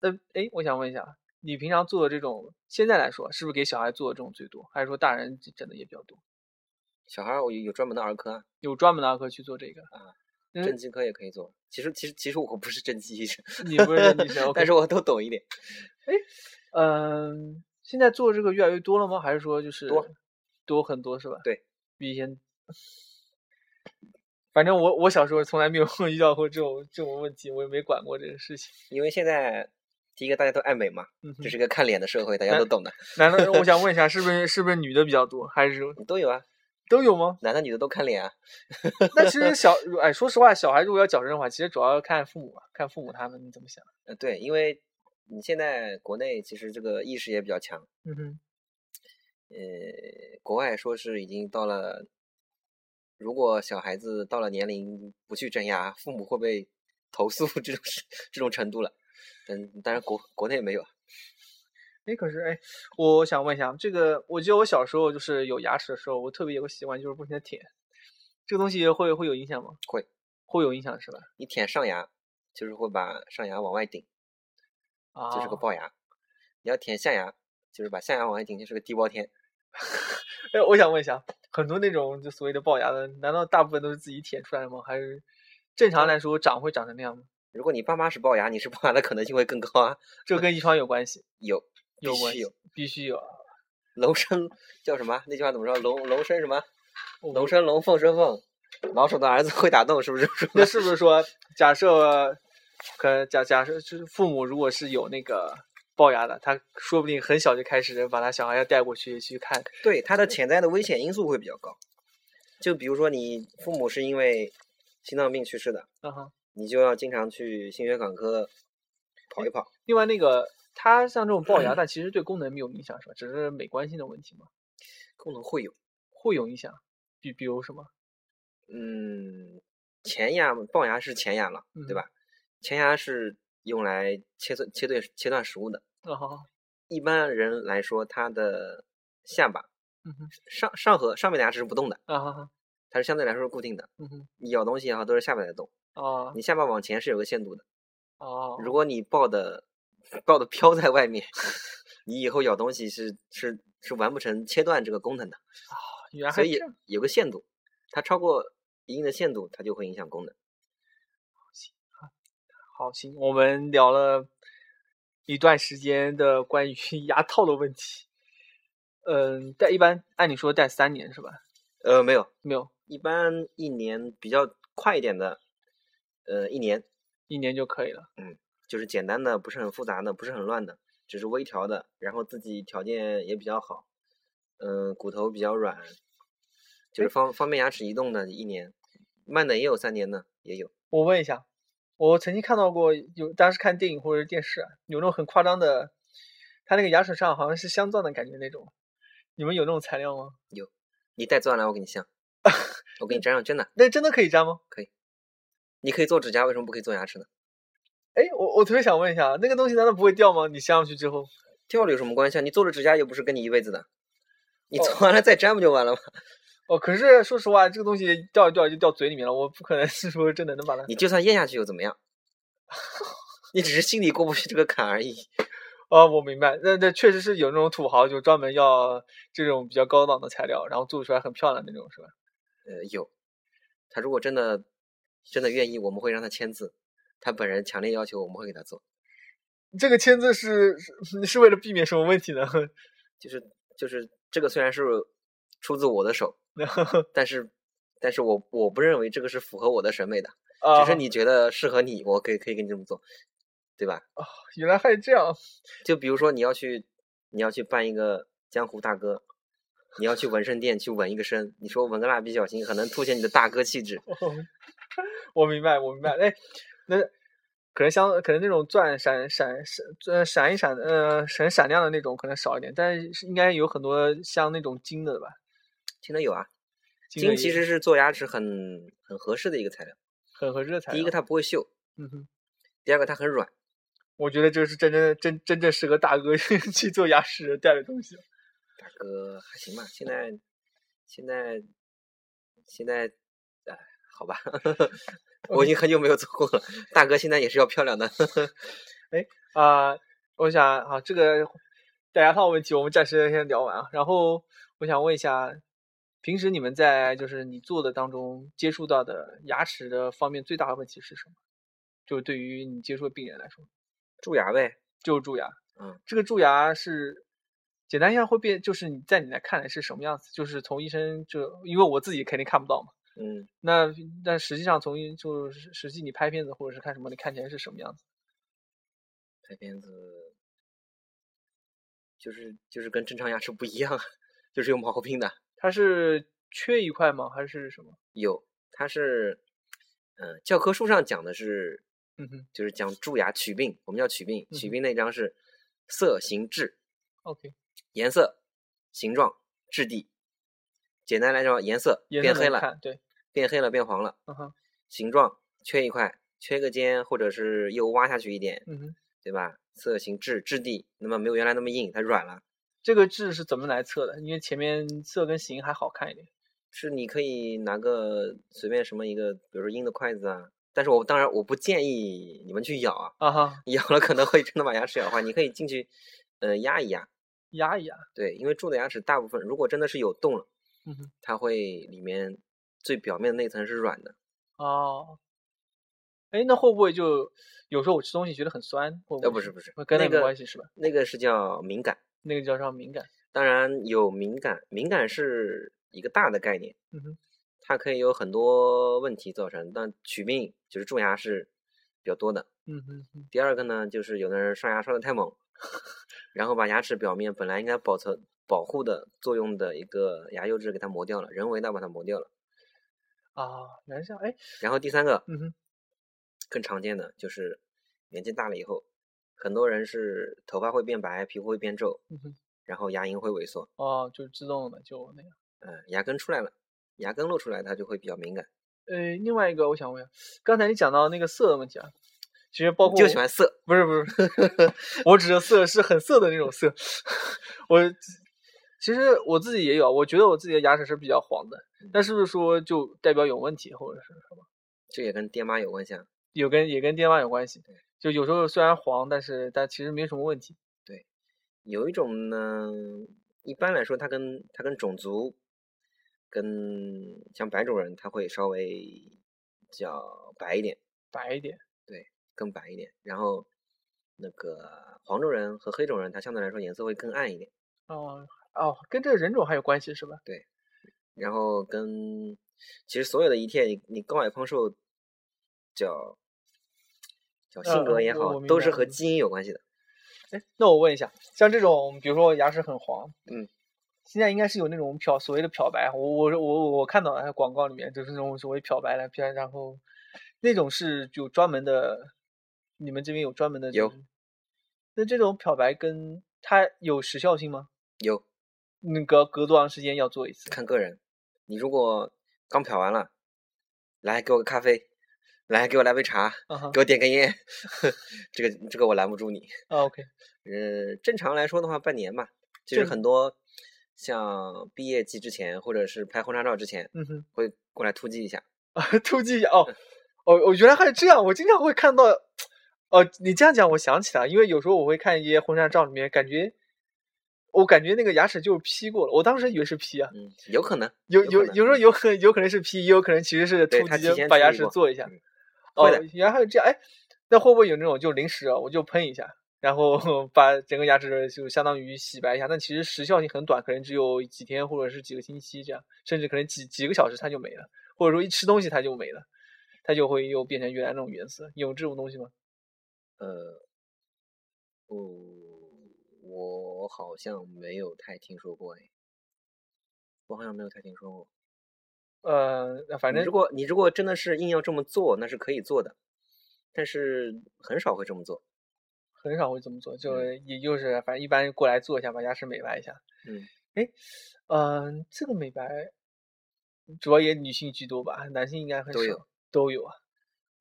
[SPEAKER 1] 那哎，我想问一下，你平常做的这种，现在来说，是不是给小孩做的这种最多，还是说大人这整的也比较多？
[SPEAKER 2] 小孩儿我有有专门的儿科啊，
[SPEAKER 1] 有专门的儿科去做这个？ *laughs* 嗯
[SPEAKER 2] 正畸科也可以做。其实其实其实我不是正畸医生，
[SPEAKER 1] 你不是你是 OK？
[SPEAKER 2] *laughs* 但是我都懂一点。
[SPEAKER 1] 嗯、现在做这个越来越多了吗？还是说就是
[SPEAKER 2] 多
[SPEAKER 1] 多很多是吧？
[SPEAKER 2] 对，
[SPEAKER 1] 比以前，反正我我小时候从来没有 *laughs* 遇到过这种这种问题，我也没管过这个事情。
[SPEAKER 2] 因为现在第一个大家都爱美嘛，
[SPEAKER 1] 嗯哼
[SPEAKER 2] 这，是个看脸的社会，大家都懂的。 *laughs*
[SPEAKER 1] 难道我想问一下，是不是是不是女的比较多，还是
[SPEAKER 2] 你都有啊，
[SPEAKER 1] 都有
[SPEAKER 2] *laughs*
[SPEAKER 1] 吗？
[SPEAKER 2] 男的女的都看脸啊。
[SPEAKER 1] 那其实小，哎，说实话，小孩如果要矫正的话，其实主要看父母吧，看父母他们怎么想。
[SPEAKER 2] 呃，对，因为你现在国内其实这个意识也比较强，
[SPEAKER 1] 嗯哼，
[SPEAKER 2] 呃，国外说是已经到了，如果小孩子到了年龄不去正牙，父母会被投诉 *laughs* 这种事这种程度了。嗯，当然国国内没有啊，
[SPEAKER 1] 哎，可是哎，我想问一下，这个我记得我小时候就是有牙齿的时候，我特别有个习惯就是不停的舔，这个东西会会有影响吗？
[SPEAKER 2] 会，
[SPEAKER 1] 会有影响是吧？
[SPEAKER 2] 你舔上牙就是会把上牙往外顶，
[SPEAKER 1] 啊，
[SPEAKER 2] 就是个龅牙；你要舔下牙，就是把下牙往外顶，就是个地包天。
[SPEAKER 1] 哎，我想问一下，很多那种就所谓的龅牙的，难道大部分都是自己舔出来的吗？还是正
[SPEAKER 2] 呃
[SPEAKER 1] 常来说长会长成那样吗？
[SPEAKER 2] 如果你爸妈是龅牙，你是龅牙的可能性会更高啊。
[SPEAKER 1] 这跟遗传有关系，
[SPEAKER 2] 有，
[SPEAKER 1] 有
[SPEAKER 2] 必
[SPEAKER 1] 关
[SPEAKER 2] 须
[SPEAKER 1] 系
[SPEAKER 2] 有。，
[SPEAKER 1] 必须有啊。
[SPEAKER 2] 龙生叫什么？那句话怎么说？龙龙生什么？
[SPEAKER 1] 我
[SPEAKER 2] 龙生龙，凤生凤。老鼠的儿子会打洞，是不是？ *laughs*
[SPEAKER 1] *laughs* 那是不是说，假设可假假设就是父母如果是有那个龅牙的，他说不定很小就开始把他小孩要带过去去看。
[SPEAKER 2] 对它的潜在的危险因素会比较高。就比如说你父母是因为心脏病去世的，
[SPEAKER 1] 嗯哼。
[SPEAKER 2] 你就要经常去心血管科跑一跑。
[SPEAKER 1] 另外那个它像这种龅牙，但其实对功能没有影响，是吧？只是美观性的问题嘛，
[SPEAKER 2] 功能会有，
[SPEAKER 1] 会有影响。比比如什么？
[SPEAKER 2] 嗯，前牙龅牙是前牙了，对吧？前牙是用来切碎、切对、切断食物的。
[SPEAKER 1] 嗯好，
[SPEAKER 2] 一般人来说，他的下巴
[SPEAKER 1] 嗯哼，
[SPEAKER 2] 上上颌上面的牙齿是不动的，
[SPEAKER 1] 啊哈哈，
[SPEAKER 2] 它是相对来说是固定的。
[SPEAKER 1] 嗯哼，
[SPEAKER 2] 你咬东西也好，都是下巴在动。
[SPEAKER 1] 哦
[SPEAKER 2] 你下巴往前是有个限度的，
[SPEAKER 1] 哦，
[SPEAKER 2] 如果你抱的抱的飘在外面， *laughs* 你以后咬东西是是是完不成切断这个功能的，
[SPEAKER 1] 原来还
[SPEAKER 2] 所以
[SPEAKER 1] 这样
[SPEAKER 2] 有个限度，它超过一定的限度，它就会影响功能。
[SPEAKER 1] 好行，我们聊了一段时间的关于 *laughs* 牙套的问题。嗯，戴一般按理说戴三年是吧？
[SPEAKER 2] 呃，没有，
[SPEAKER 1] 没有，
[SPEAKER 2] 一般一年比较快一点的，呃，一年
[SPEAKER 1] 一年就可以了。
[SPEAKER 2] 就是简单的，不是很复杂的，不是很乱的，只是微调的，然后自己条件也比较好，嗯、骨头比较软，就是方方便牙齿移动的，一年，慢的也有三年的，也有。
[SPEAKER 1] 我问一下，我曾经看到过有，当时看电影或者是电视啊，有那种很夸张的，他那个牙齿上好像是镶钻的感觉那种。你们有那种材料吗？
[SPEAKER 2] 你带钻来，我给你镶，我给你粘上，真的，
[SPEAKER 1] 那真的可以粘吗？
[SPEAKER 2] 你可以做指甲，为什么不可以做牙齿呢？
[SPEAKER 1] 哎，我我特别想问一下，那个东西难道不会掉吗？你镶上去之后，
[SPEAKER 2] 掉了有什么关系啊？你做了指甲又不是跟你一辈子的，你
[SPEAKER 1] 哦
[SPEAKER 2] 做完了再粘不就完了吗？
[SPEAKER 1] 哦，可是说实话，这个东西掉一掉就掉嘴里面了，我不可能 *laughs* 是说真的能把它。
[SPEAKER 2] 你就算咽下去又怎么样？你只是心里过不去这个坎而已。
[SPEAKER 1] 哦，我明白，那那确实是有那种土豪就专门要这种比较高档的材料，然后做出来很漂亮那种，是吧？
[SPEAKER 2] 呃，有，他如果真的真的愿意，我们会让他签字。他本人强烈要求我们会给他做，
[SPEAKER 1] 这个签字是是是为了避免什么问题呢？
[SPEAKER 2] 就是就是这个虽然是出自我的手，但是但是我我不认为这个是符合我的审美的，
[SPEAKER 1] 啊，
[SPEAKER 2] 只是你觉得适合你，我可以可以给你这么做，对吧？
[SPEAKER 1] 原来还这样，
[SPEAKER 2] 就比如说你要去，你要去扮一个江湖大哥，你要去纹身店去纹一个身，你说纹个蜡笔小新，很能凸显你的大哥气质。
[SPEAKER 1] 我明白，我明白。哎，那可能像可能那种钻闪闪闪呃闪一闪的呃闪闪亮的那种可能少一点，但是应该有很多像那种金的吧？
[SPEAKER 2] 现在有啊，
[SPEAKER 1] 的
[SPEAKER 2] 金其
[SPEAKER 1] 也
[SPEAKER 2] 实是做牙齿很很合适的一个材料。
[SPEAKER 1] 很合适的材
[SPEAKER 2] 第一个
[SPEAKER 1] 料
[SPEAKER 2] 它不会锈，
[SPEAKER 1] 嗯哼，
[SPEAKER 2] 第二个它很软。
[SPEAKER 1] 我觉得这是真正真真正适合大哥 *laughs* 去做牙齿带的东西。
[SPEAKER 2] 大哥还行吧，现在现在现在，哎，好吧，我已经很久没有做过了。大哥现在也是要漂亮的。 *laughs*
[SPEAKER 1] 啊、我想啊，这个戴牙套问题我们暂时先聊完啊。然后我想问一下，平时你们在就是你做的当中接触到的牙齿的方面最大的问题是什么？就是对于你接触的病人来说，
[SPEAKER 2] 蛀牙呗，
[SPEAKER 1] 就是蛀牙。
[SPEAKER 2] 嗯，
[SPEAKER 1] 这个蛀牙是简单一下会变，就是你在你来看来是什么样子？就是从医生就因为我自己肯定看不到嘛。
[SPEAKER 2] 嗯，
[SPEAKER 1] 那但实际上从医就是实际你拍片子或者是看什么，你看起来是什么样子？
[SPEAKER 2] 拍片子，就是就是跟正常牙齿不一样， *laughs* 就是有毛病的。
[SPEAKER 1] 它是缺一块吗？还是什么？
[SPEAKER 2] 有，它是，嗯，教科书上讲的是，
[SPEAKER 1] 嗯哼
[SPEAKER 2] 就是讲蛀牙取病，我们叫取病。
[SPEAKER 1] 嗯
[SPEAKER 2] 取
[SPEAKER 1] 哼
[SPEAKER 2] 病那章是色、形、质，
[SPEAKER 1] ，OK，
[SPEAKER 2] 颜色、形状、质地。简单来说，颜色
[SPEAKER 1] 颜
[SPEAKER 2] 变
[SPEAKER 1] 色
[SPEAKER 2] 黑
[SPEAKER 1] 能
[SPEAKER 2] 了，
[SPEAKER 1] 看，对，
[SPEAKER 2] 变黑了，变黄了。
[SPEAKER 1] 嗯哼，
[SPEAKER 2] 形状缺一块，缺个尖，或者是又挖下去一点，
[SPEAKER 1] 嗯哼，
[SPEAKER 2] 对吧？色、形、质、质地，那么没有原来那么硬，它软了。
[SPEAKER 1] 这个痣是怎么来测的？因为前面色跟形还好看一点。
[SPEAKER 2] 是你可以拿个随便什么一个，比如说硬的筷子啊。但是我当然我不建议你们去咬啊， *laughs*
[SPEAKER 1] 啊哈，
[SPEAKER 2] 咬了可能会真的把牙齿咬坏。你可以进去，呃，压一压，
[SPEAKER 1] 压一压，
[SPEAKER 2] 对，因为蛀的牙齿大部分如果真的是有洞了，
[SPEAKER 1] 嗯哼，
[SPEAKER 2] 它会里面最表面的那层是软的，
[SPEAKER 1] 哦，哎，那会不会就有时候我吃东西觉得很酸？会
[SPEAKER 2] 呃，
[SPEAKER 1] 会
[SPEAKER 2] 不是不是，
[SPEAKER 1] 跟个
[SPEAKER 2] 那
[SPEAKER 1] 没
[SPEAKER 2] 个
[SPEAKER 1] 关系是吧？
[SPEAKER 2] 那个是叫敏感。
[SPEAKER 1] 那个叫什么敏感？
[SPEAKER 2] 当然有敏感，敏感是一个大的概念，
[SPEAKER 1] 嗯哼，
[SPEAKER 2] 它可以有很多问题造成，但龋病就是蛀牙是比较多的。
[SPEAKER 1] 嗯哼，
[SPEAKER 2] 第二个呢，就是有的人刷牙刷的太猛， *laughs* 然后把牙齿表面本来应该保存保护的作用的一个牙釉质给它磨掉了，人为的把它磨掉了。
[SPEAKER 1] 啊，南下，哎，
[SPEAKER 2] 然后第三个
[SPEAKER 1] 嗯哼，
[SPEAKER 2] 更常见的就是年纪大了以后，很多人是头发会变白，皮肤会变皱，
[SPEAKER 1] 嗯哼，
[SPEAKER 2] 然后牙龈会萎缩，
[SPEAKER 1] 哦，就自动的就那样。
[SPEAKER 2] 嗯、牙根出来了，牙根露出来它就会比较敏感，
[SPEAKER 1] 呃，另外一个我想问，刚才你讲到那个色的问题啊，其实包括
[SPEAKER 2] 就
[SPEAKER 1] 我
[SPEAKER 2] 喜欢涩。
[SPEAKER 1] 不是 *laughs* 不是，我指的色是很色的那种色。 *laughs* 我其实我自己也有，我觉得我自己的牙齿是比较黄的，但是不是说就代表有问题，或者是
[SPEAKER 2] 这也跟爹妈有关系啊。
[SPEAKER 1] 有跟也跟爹妈有关系？就有时候虽然黄，但是但其实没什么问题。
[SPEAKER 2] 有一种呢，一般来说，它跟它跟种族，跟像白种人，他会稍微比较白一点，
[SPEAKER 1] 白一点，
[SPEAKER 2] 更白一点。然后那个黄种人和黑种人，它相对来说颜色会更暗一点。
[SPEAKER 1] 哦哦，跟这个人种还有关系是吧？
[SPEAKER 2] 然后跟其实所有的一切，你你高矮胖瘦，叫叫性
[SPEAKER 1] 呃
[SPEAKER 2] 格也
[SPEAKER 1] 我
[SPEAKER 2] 好
[SPEAKER 1] 我，明
[SPEAKER 2] 都
[SPEAKER 1] 白
[SPEAKER 2] 是和
[SPEAKER 1] 嗯
[SPEAKER 2] 基因有关系的。
[SPEAKER 1] 哎，那我问一下，像这种，比如说我牙齿很黄，
[SPEAKER 2] 嗯，
[SPEAKER 1] 现在应该是有那种漂所谓的漂白，我我我我看到了广告里面就是那种所谓漂白的漂，然后那种是有专门的，你们这边有专门的就
[SPEAKER 2] 有
[SPEAKER 1] 是？那这种漂白跟它有时效性吗？
[SPEAKER 2] 有
[SPEAKER 1] 那个隔多长时间要做一次？
[SPEAKER 2] 看个人，你如果刚漂完了，来给我个咖啡，来给我来杯茶。
[SPEAKER 1] 啊哈
[SPEAKER 2] 给我点根烟， *laughs* 这个这个我拦不住你。
[SPEAKER 1] 啊，OK，
[SPEAKER 2] 呃，正常来说的话，半年吧。其实
[SPEAKER 1] 正
[SPEAKER 2] 很多像毕业季之前，或者是拍婚纱照之前，
[SPEAKER 1] 嗯哼，
[SPEAKER 2] 会过来突击一下。
[SPEAKER 1] 啊， *laughs* 突击一下哦，哦，哦，原来还是这样，我经常会看到，哦，你这样讲，我想起来，因为有时候我会看一些婚纱照里面，感觉我感觉那个牙齿就是 P 过了，我当时以为是 P 啊，
[SPEAKER 2] 嗯，有可能，
[SPEAKER 1] 有
[SPEAKER 2] 有
[SPEAKER 1] 有
[SPEAKER 2] 可
[SPEAKER 1] 有
[SPEAKER 2] 能
[SPEAKER 1] 时候有可有可能是 P，也有 E，可能其实是
[SPEAKER 2] 对
[SPEAKER 1] 突
[SPEAKER 2] 他提
[SPEAKER 1] 击
[SPEAKER 2] 前
[SPEAKER 1] 把
[SPEAKER 2] 处
[SPEAKER 1] 牙
[SPEAKER 2] 理
[SPEAKER 1] 齿
[SPEAKER 2] 过
[SPEAKER 1] 做一下，
[SPEAKER 2] 嗯
[SPEAKER 1] 哦
[SPEAKER 2] 会的，
[SPEAKER 1] 原来还有这样，哎，那会不会有那种就临时啊，我就喷一下，然后 *laughs* 把整个牙齿就相当于洗白一下，但其实时效性很短，可能只有几天或者是几个星期这样，甚至可能几几个小时它就没了，或者说一吃东西它就没了，它就会又变成原来那种颜色，有这种东西吗？
[SPEAKER 2] 呃，我我好像没有太听说过哎，我好像没有太听说过。
[SPEAKER 1] 呃，那反
[SPEAKER 2] 你
[SPEAKER 1] 正
[SPEAKER 2] 如果你如果真的是硬要这么做，那是可以做的，但是很少会这么做。
[SPEAKER 1] 很少会这么做，就
[SPEAKER 2] 嗯
[SPEAKER 1] 也就是反正一般过来做一下，把牙齿美白一下。
[SPEAKER 2] 嗯，
[SPEAKER 1] 哎，嗯，这个美白主要也女性居多吧，男性应该很
[SPEAKER 2] 都
[SPEAKER 1] 少
[SPEAKER 2] 有
[SPEAKER 1] 都有啊。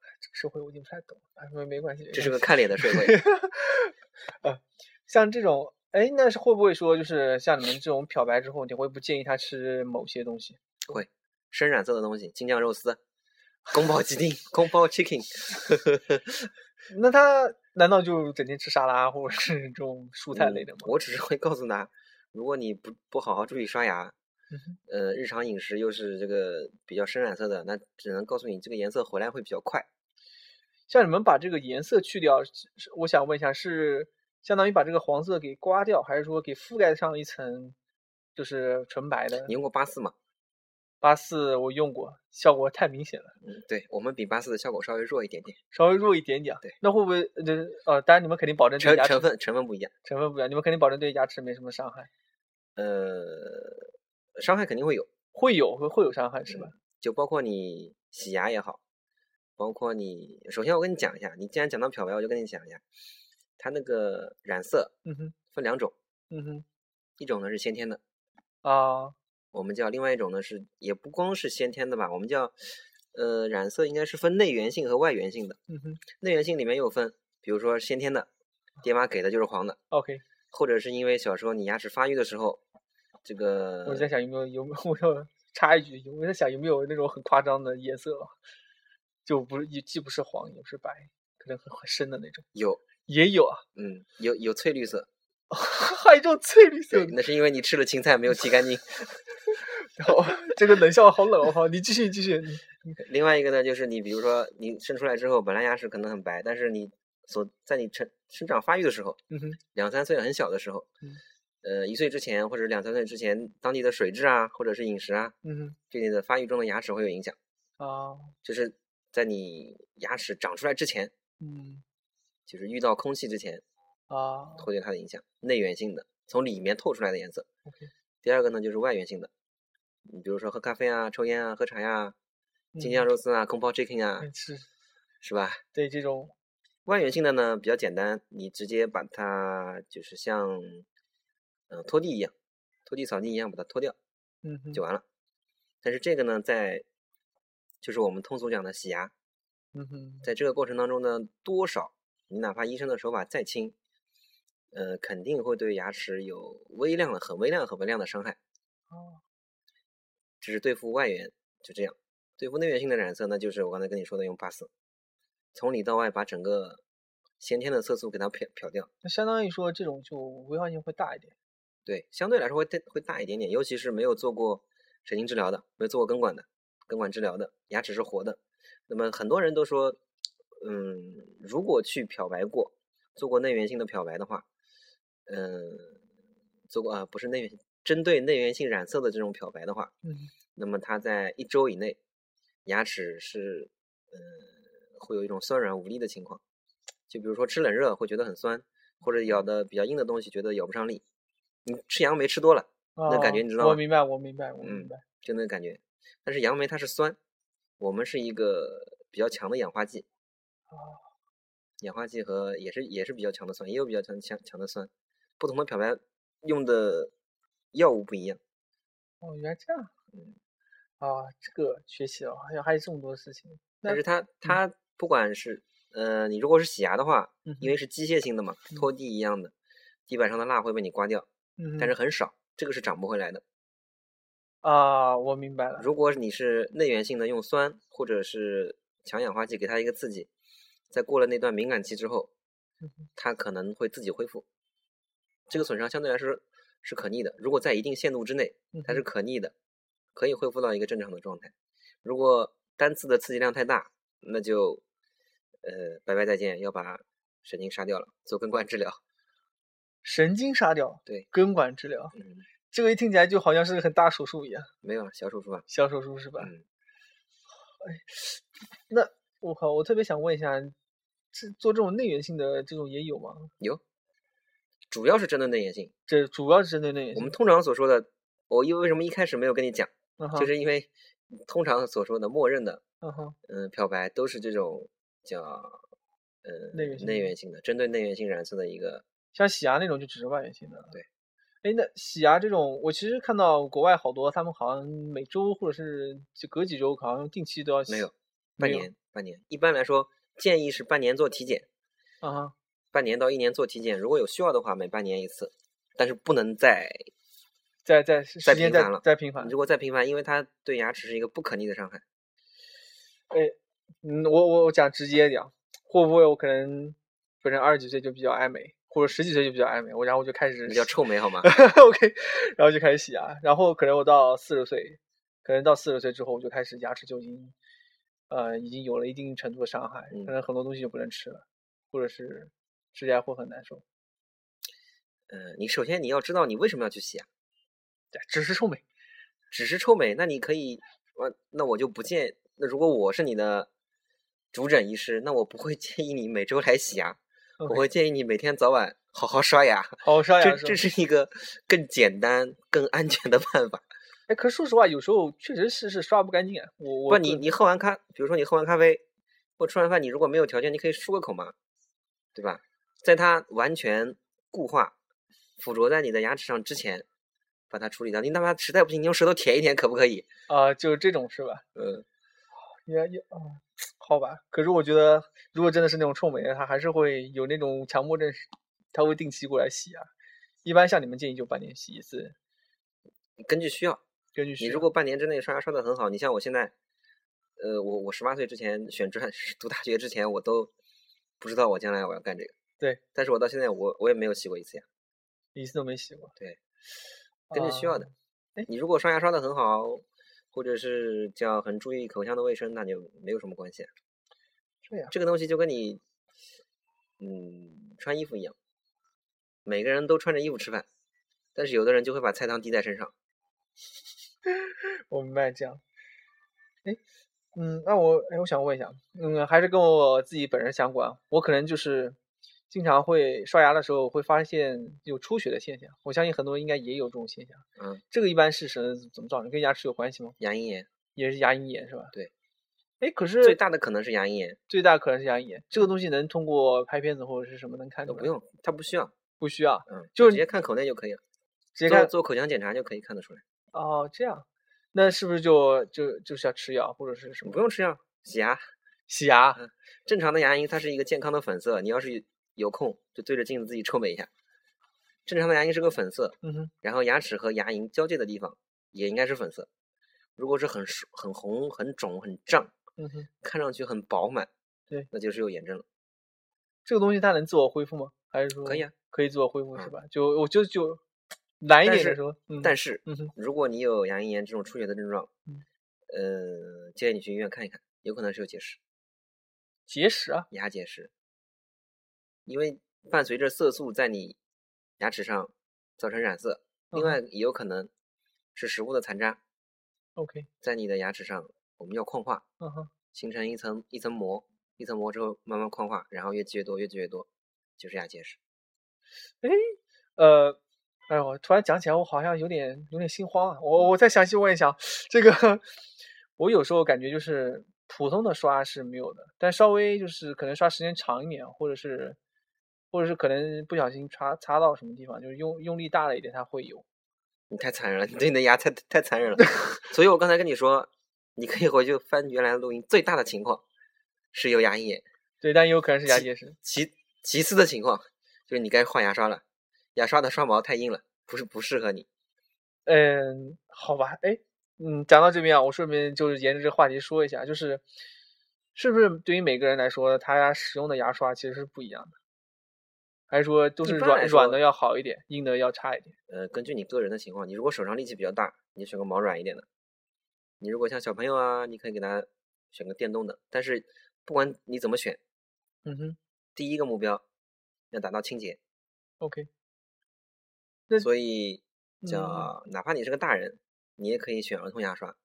[SPEAKER 1] 哎这个社会我已经不太懂了，哎没没关系，没
[SPEAKER 2] 这
[SPEAKER 1] 关
[SPEAKER 2] 是个
[SPEAKER 1] 系
[SPEAKER 2] 看脸的社会。
[SPEAKER 1] *laughs* 呃，像这种，哎，那是会不会说，就是像你们这种漂白之后，你会不建议他吃某些东西？
[SPEAKER 2] 深染色的东西，京酱肉丝、宫保鸡丁、宫
[SPEAKER 1] *laughs*
[SPEAKER 2] 保 chicken，
[SPEAKER 1] 那他难道就整天吃沙拉啊或者是这种蔬菜类的
[SPEAKER 2] 嗯
[SPEAKER 1] 吗？
[SPEAKER 2] 我只是会告诉他，如果你不不好好注意刷牙
[SPEAKER 1] 嗯哼，
[SPEAKER 2] 呃，日常饮食又是这个比较深染色的，那只能告诉你这个颜色回来会比较快。
[SPEAKER 1] 像你们把这个颜色去掉，是是我想问一下，是相当于把这个黄色给刮掉，还是说给覆盖上一层就是纯白的
[SPEAKER 2] 你？用过八四吗？
[SPEAKER 1] 八四我用过，效果太明显了，
[SPEAKER 2] 嗯，对我们比八四的效果稍微弱一点点，
[SPEAKER 1] 稍微弱一点点啊。
[SPEAKER 2] 对
[SPEAKER 1] 那会不会呃呃，当然你们肯定保证对
[SPEAKER 2] 成
[SPEAKER 1] 牙齿
[SPEAKER 2] 成分成分不一样，
[SPEAKER 1] 成分不一样，你们肯定保证对牙齿没什么伤害，
[SPEAKER 2] 呃，伤害肯定会有，
[SPEAKER 1] 会有会会有伤害是吧？
[SPEAKER 2] 就包括你洗牙也好，包括你，首先我跟你讲一下，你既然讲到漂白，我就跟你讲一下，它那个染色
[SPEAKER 1] 嗯哼
[SPEAKER 2] 分两种。
[SPEAKER 1] 嗯哼
[SPEAKER 2] 一种呢是先天的，
[SPEAKER 1] 啊
[SPEAKER 2] 我们叫另外一种呢是也不光是先天的吧，我们叫呃染色应该是分内源性和外源性的。
[SPEAKER 1] 嗯哼
[SPEAKER 2] 内源性里面又分，比如说先天的，爹妈给的就是黄的，
[SPEAKER 1] ，OK，
[SPEAKER 2] 或者是因为小时候你牙齿发育的时候，这个
[SPEAKER 1] 我在想有没有有没有我 *laughs* 要插一句，我在想有没有那种很夸张的颜色啊，就不是也既不是黄也不是白，可能很很深的那种，
[SPEAKER 2] 有
[SPEAKER 1] 也有啊， *laughs*
[SPEAKER 2] 嗯有有翠绿色，
[SPEAKER 1] 还有一种翠绿色
[SPEAKER 2] 对，
[SPEAKER 1] 的，
[SPEAKER 2] 那是因为你吃了青菜没有剃干净。
[SPEAKER 1] 哦 *laughs* 这个冷笑好冷哦，好，你继续继续，你
[SPEAKER 2] 另外一个呢就是你比如说你生出来之后，本来牙齿可能很白，但是你所在你成生长发育的时候，
[SPEAKER 1] 嗯哼
[SPEAKER 2] 两三岁很小的时候
[SPEAKER 1] 嗯，
[SPEAKER 2] 呃，一岁之前或者两三岁之前，当地的水质啊，或者是饮食啊，
[SPEAKER 1] 嗯
[SPEAKER 2] 对你的发育中的牙齿会有影响。
[SPEAKER 1] 哼啊
[SPEAKER 2] 就是在你牙齿长出来之前，
[SPEAKER 1] 嗯
[SPEAKER 2] 就是遇到空气之前，
[SPEAKER 1] 啊，
[SPEAKER 2] 会对它的影响。内源性的，从里面透出来的颜色。
[SPEAKER 1] OK
[SPEAKER 2] 第二个呢，就是外源性的，你比如说喝咖啡啊、抽烟啊、喝茶呀、
[SPEAKER 1] 嗯
[SPEAKER 2] 京酱肉丝啊、空包 chicken 啊，
[SPEAKER 1] 嗯是
[SPEAKER 2] 是吧？
[SPEAKER 1] 对这种
[SPEAKER 2] 外源性的呢比较简单，你直接把它就是像嗯、呃拖地一样，拖地扫地一样把它拖掉
[SPEAKER 1] 嗯哼
[SPEAKER 2] 就完了。但是这个呢，在就是我们通俗讲的洗牙，
[SPEAKER 1] 嗯哼
[SPEAKER 2] 在这个过程当中呢，多少你哪怕医生的手法再轻，呃，肯定会对牙齿有微量的、很微量、很微量的伤害。
[SPEAKER 1] 哦
[SPEAKER 2] 只是对付外源，就这样。对付内源性的染色呢，就是我刚才跟你说的用 bus，从里到外把整个先天的色素给它漂漂掉。
[SPEAKER 1] 那相当于说这种就危害性会大一点。
[SPEAKER 2] 对，相对来说会大会大一点点，尤其是没有做过神经治疗的，没有做过根管的，根管治疗的，牙齿是活的。那么很多人都说，嗯，如果去漂白过，做过内源性的漂白的话，嗯，做过啊，不是内源，针对内源性染色的这种漂白的话，
[SPEAKER 1] 嗯，
[SPEAKER 2] 那么它在一周以内，牙齿是呃会有一种酸软无力的情况，就比如说吃冷热会觉得很酸，或者咬的比较硬的东西觉得咬不上力。你吃杨梅吃多了那感觉
[SPEAKER 1] 啊
[SPEAKER 2] 你知道
[SPEAKER 1] 我
[SPEAKER 2] 吗
[SPEAKER 1] 明白，我明白，我明
[SPEAKER 2] 嗯
[SPEAKER 1] 白。
[SPEAKER 2] 就那个感觉，但是杨梅它是酸，我们是一个比较强的氧化剂，
[SPEAKER 1] 啊，
[SPEAKER 2] 氧化剂和也是也是比较强的酸，也有比较强强强的酸，不同的漂白用的药物不一样。
[SPEAKER 1] 哦，原来这样。啊，这个学习了，还有还有这么多事情。
[SPEAKER 2] 但
[SPEAKER 1] 那
[SPEAKER 2] 是它它不管是呃，你如果是洗牙的话，
[SPEAKER 1] 嗯
[SPEAKER 2] 因为是机械性的嘛，拖地一样的，地板上的蜡会被你刮掉，
[SPEAKER 1] 嗯
[SPEAKER 2] 但是
[SPEAKER 1] 哼
[SPEAKER 2] 很少，这个是长不回来的。
[SPEAKER 1] 啊，我明白了。
[SPEAKER 2] 如果你是内源性的，用酸或者是强氧化剂给它一个刺激，在过了那段敏感期之后
[SPEAKER 1] 嗯哼，
[SPEAKER 2] 它可能会自己恢复。这个损伤相对来说是可逆的，如果在一定限度之内，
[SPEAKER 1] 嗯
[SPEAKER 2] 它是
[SPEAKER 1] 哼
[SPEAKER 2] 可逆的，可以恢复到一个正常的状态。如果单次的刺激量太大，那就呃拜拜再见，要把神经杀掉了，做根管治疗。
[SPEAKER 1] 神经杀掉，
[SPEAKER 2] 对，
[SPEAKER 1] 根管治疗，
[SPEAKER 2] 嗯，
[SPEAKER 1] 这个一听起来就好像是个很大手术一样，
[SPEAKER 2] 没有啊，小手术吧？
[SPEAKER 1] 小手术是吧？
[SPEAKER 2] 嗯，
[SPEAKER 1] 那我靠，我特别想问一下，这做这种内源性的这种也有吗？
[SPEAKER 2] 有，主要是针对内源性。
[SPEAKER 1] 这主要是针对内源
[SPEAKER 2] 我
[SPEAKER 1] 性
[SPEAKER 2] 们，通常所说的，我因为为什么一开始没有跟你讲，
[SPEAKER 1] 嗯
[SPEAKER 2] 就
[SPEAKER 1] 哼
[SPEAKER 2] 是因为通常所说的默认的，
[SPEAKER 1] 嗯哼
[SPEAKER 2] 嗯，漂白都是这种叫呃
[SPEAKER 1] 内源性
[SPEAKER 2] 内
[SPEAKER 1] 的
[SPEAKER 2] 源性的，针对内源性染色的一个，
[SPEAKER 1] 像洗牙那种就只是外源性的了。
[SPEAKER 2] 对。
[SPEAKER 1] 哎，那洗牙这种，我其实看到国外好多，他们好像每周或者是就隔几周，好像定期都要洗。
[SPEAKER 2] 有半
[SPEAKER 1] 没有
[SPEAKER 2] 年半年。一般来说，建议是半年做体检，
[SPEAKER 1] 啊哈，
[SPEAKER 2] 半年到一年做体检，如果有需要的话，每半年一次，但是不能再，
[SPEAKER 1] 再再时
[SPEAKER 2] 再
[SPEAKER 1] 间
[SPEAKER 2] 频
[SPEAKER 1] 再
[SPEAKER 2] 繁了
[SPEAKER 1] 再频繁
[SPEAKER 2] 如。果再频繁，因为它对牙齿是一个不可逆的伤害。
[SPEAKER 1] 嗯，我我我讲直接一点啊，会不会我可能本身二十几岁就比较爱美，或者十几岁就比较爱美，我然后我就开始
[SPEAKER 2] 你叫
[SPEAKER 1] 洗
[SPEAKER 2] 臭美好吗？
[SPEAKER 1] *laughs* OK，然后就开始洗牙，然后可能我到四十岁，可能到四十岁之后，我就开始牙齿就已经，呃，已经有了一定程度的伤害，可
[SPEAKER 2] 嗯
[SPEAKER 1] 能很多东西就不能吃了，或者是吃起来会很难受。
[SPEAKER 2] 呃，你首先你要知道你为什么要去洗牙，
[SPEAKER 1] 对，只是臭美，
[SPEAKER 2] 只是臭美，那你可以，呃，那我就不建，那如果我是你的主诊医师，那我不会 *laughs* 建议你每周来洗牙，我
[SPEAKER 1] OK
[SPEAKER 2] 会建议你每天早晚好好刷牙，
[SPEAKER 1] 好好刷牙
[SPEAKER 2] 这
[SPEAKER 1] 的时候
[SPEAKER 2] 这。是一个更简单、更安全的办法。
[SPEAKER 1] 哎，可是说实话，有时候确实是是刷不干净啊。我我
[SPEAKER 2] 不，
[SPEAKER 1] 个
[SPEAKER 2] 你
[SPEAKER 1] 人
[SPEAKER 2] 你喝完咖，比如说你喝完咖啡或吃完饭，你如果没有条件，你可以漱个口嘛，对吧？在它完全固化、附着在你的牙齿上之前，把它处理掉。你哪怕实在不行，你用舌头舔一舔，可不可以？
[SPEAKER 1] 啊、就这种是吧？
[SPEAKER 2] 嗯，
[SPEAKER 1] 也也啊、好吧。可是我觉得，如果真的是那种臭美的，他还是会有那种强迫症，他会定期过来洗牙。啊一般像你们建议就半年洗一次，
[SPEAKER 2] 根据需要。
[SPEAKER 1] 根据需
[SPEAKER 2] 你
[SPEAKER 1] 要
[SPEAKER 2] 如果半年之内刷牙刷的很好，你像我现在，呃，我我十八岁之前选专 *laughs* 读大学之前，我都不知道我将来我要干这个。
[SPEAKER 1] 对，
[SPEAKER 2] 但是我到现在我我也没有洗过一次牙，
[SPEAKER 1] 一次都没洗过。
[SPEAKER 2] 对，根据需要的
[SPEAKER 1] 啊。哎
[SPEAKER 2] 你如果刷牙刷的很好，或者是叫很注意口腔的卫生，那就没有什么关系啊。
[SPEAKER 1] 这样
[SPEAKER 2] 这个东西就跟你，嗯，穿衣服一样，每个人都穿着衣服吃饭，但是有的人就会把菜汤滴在身上。
[SPEAKER 1] 我明白这样。哎，嗯，那我哎，我想问一下，嗯，还是跟我自己本人相关，我可能就是经常会刷牙的时候会发现有出血的现象。我相信很多人应该也有这种现象。
[SPEAKER 2] 嗯，
[SPEAKER 1] 这个一般是什么怎么造成？跟牙齿有关系吗？
[SPEAKER 2] 牙龈炎
[SPEAKER 1] 也是牙龈炎是吧？
[SPEAKER 2] 对。
[SPEAKER 1] 哎，可是
[SPEAKER 2] 最大的可能是牙龈炎，
[SPEAKER 1] 最大可能是牙龈炎，这个东西能通过拍片子或者是什么能看出
[SPEAKER 2] 都
[SPEAKER 1] 来？
[SPEAKER 2] 不，用，它不需要，
[SPEAKER 1] 不需要，
[SPEAKER 2] 嗯，
[SPEAKER 1] 就是
[SPEAKER 2] 直接看口内就可以了，
[SPEAKER 1] 直接
[SPEAKER 2] 做
[SPEAKER 1] 看。
[SPEAKER 2] 做口腔检查就可以看得出来，
[SPEAKER 1] 哦，这样，那是不是就就就是要吃药或者是什么？
[SPEAKER 2] 不用嗯吃药，洗牙。
[SPEAKER 1] 洗牙，
[SPEAKER 2] 正常的牙龈它是一个健康的粉色，你要是有空就对着镜子自己臭美一下。正常的牙龈是个粉色，
[SPEAKER 1] 嗯哼，
[SPEAKER 2] 然后牙齿和牙龈交界的地方也应该是粉色。如果是很熟很红、很肿、很胀，
[SPEAKER 1] 嗯哼，
[SPEAKER 2] 看上去很饱满，
[SPEAKER 1] 对，
[SPEAKER 2] 那就是有炎症了。
[SPEAKER 1] 这个东西它能自我恢复吗？还是说
[SPEAKER 2] 可以啊，
[SPEAKER 1] 可以自我恢复是
[SPEAKER 2] 嗯
[SPEAKER 1] 吧？就我就就难一点
[SPEAKER 2] 但
[SPEAKER 1] 的
[SPEAKER 2] 是
[SPEAKER 1] 时候，嗯，
[SPEAKER 2] 但是
[SPEAKER 1] 嗯哼，
[SPEAKER 2] 如果你有牙龈炎这种出血的症状
[SPEAKER 1] 嗯，
[SPEAKER 2] 呃，建议你去医院看一看，有可能是有结石，
[SPEAKER 1] 结石啊，
[SPEAKER 2] 牙结石，因为伴随着色素在你牙齿上造成染色，另
[SPEAKER 1] 嗯哼
[SPEAKER 2] 外也有可能是食物的残渣
[SPEAKER 1] OK，
[SPEAKER 2] 在你的牙齿上，我们叫矿化，
[SPEAKER 1] 嗯哼，
[SPEAKER 2] 形成一层一层膜，一层膜之后慢慢矿化，然后越积越多，越积越多，就是牙结石。
[SPEAKER 1] 哎，呃，哎，我突然讲起来，我好像有点有点心慌啊。我我再详细问一下，这个我有时候感觉就是普通的刷是没有的，但稍微就是可能刷时间长一点，或者是或者是可能不小心擦擦到什么地方，就是用用力大了一点，它会有。
[SPEAKER 2] 你太残忍了，你对你的牙太太残
[SPEAKER 1] *laughs*
[SPEAKER 2] 忍了。所以我刚才跟你说，你可以回去翻原来的录音，最大的情况是有牙龈炎，
[SPEAKER 1] 对，但也有可能是牙
[SPEAKER 2] 其
[SPEAKER 1] 结石。
[SPEAKER 2] 其其次的情况就是你该换牙刷了，牙刷的刷毛太硬了，不是不适合你。
[SPEAKER 1] 嗯，好吧，哎，嗯，讲到这边啊，我顺便就是沿着这个话题说一下，就是是不是对于每个人来说，他使用的牙刷其实是不一样的，还是说都
[SPEAKER 2] 一
[SPEAKER 1] 是
[SPEAKER 2] 般
[SPEAKER 1] 软
[SPEAKER 2] 来
[SPEAKER 1] 软
[SPEAKER 2] 说
[SPEAKER 1] 的要好一点，硬的要差一点？
[SPEAKER 2] 呃，根据你个人的情况，你如果手上力气比较大，你就选个毛软一点的；你如果像小朋友啊，你可以给他选个电动的。但是不管你怎么选，
[SPEAKER 1] 嗯哼
[SPEAKER 2] 第一个目标要达到清洁，
[SPEAKER 1] ，OK，那
[SPEAKER 2] 所以
[SPEAKER 1] 嗯
[SPEAKER 2] 叫哪怕你是个大人，你也可以选儿童牙刷。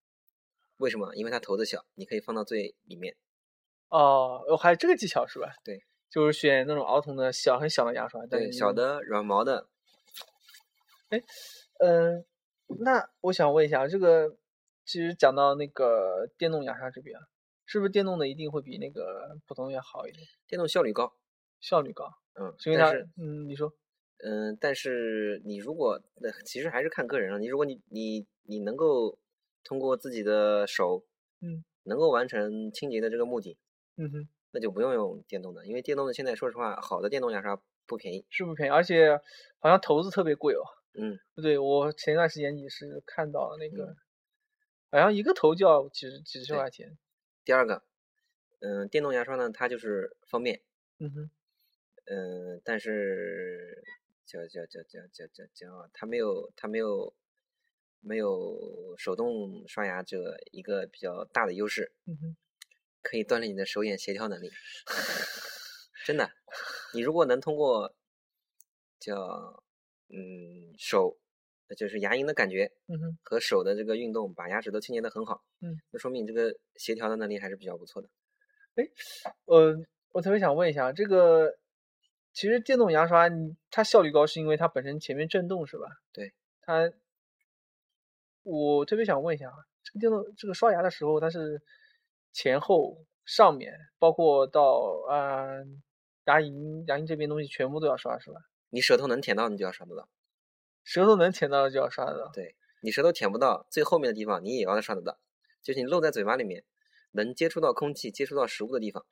[SPEAKER 2] 为什么？因为它头子小，你可以放到最里面。
[SPEAKER 1] 哦，哦还有这个技巧是吧？
[SPEAKER 2] 对，
[SPEAKER 1] 就是选那种儿童的小很小的牙刷，但是
[SPEAKER 2] 对，小的软毛的，
[SPEAKER 1] 嗯，那我想问一下，这个其实讲到那个电动牙刷这边啊，是不是电动的一定会比那个普通的要好一点，
[SPEAKER 2] 电动效率高。
[SPEAKER 1] 效率高？
[SPEAKER 2] 嗯，
[SPEAKER 1] 是因为
[SPEAKER 2] 但
[SPEAKER 1] 它
[SPEAKER 2] 是，
[SPEAKER 1] 嗯，你说，
[SPEAKER 2] 嗯，但是你如果，那其实还是看个人了。啊你如果你你你能够通过自己的手，
[SPEAKER 1] 嗯，
[SPEAKER 2] 能够完成清洁的这个目的，
[SPEAKER 1] 嗯哼，
[SPEAKER 2] 那就不用用电动的，因为电动的现在说实话，好的电动牙刷不便宜。
[SPEAKER 1] 是不便宜，而且好像投资特别贵哦。
[SPEAKER 2] 嗯，
[SPEAKER 1] 对，我前段时间也是看到了那个，
[SPEAKER 2] 嗯
[SPEAKER 1] 好像一个头就要几十几十
[SPEAKER 2] 对
[SPEAKER 1] 块钱。
[SPEAKER 2] 第二个，嗯，电动牙刷呢，它就是方便，
[SPEAKER 1] 嗯哼，
[SPEAKER 2] 嗯，但是叫叫叫叫叫叫叫，它没有它没有没有手动刷牙这个一个比较大的优势，
[SPEAKER 1] 嗯哼，
[SPEAKER 2] 可以锻炼你的手眼协调能力。真的，你如果能通过叫嗯手，呃就是牙龈的感觉
[SPEAKER 1] 嗯哼，
[SPEAKER 2] 和手的这个运动，把牙齿都清洁的很好，
[SPEAKER 1] 嗯，
[SPEAKER 2] 那说明你这个协调的能力还是比较不错的。
[SPEAKER 1] 呃，我特别想问一下，这个其实电动牙刷你它效率高是因为它本身前面震动是吧？
[SPEAKER 2] 对，
[SPEAKER 1] 它，我特别想问一下啊，这个电动这个刷牙的时候，它是前后上面，包括到呃牙龈牙龈这边东西全部都要刷是吧？
[SPEAKER 2] 你舌头能舔到，你就要刷得到；
[SPEAKER 1] 舌头能舔到的就要刷得到。
[SPEAKER 2] 你舌头舔不到，最后面的地方你也要刷得到，就是你露在嘴巴里面，能接触到空气、接触到食物的地方。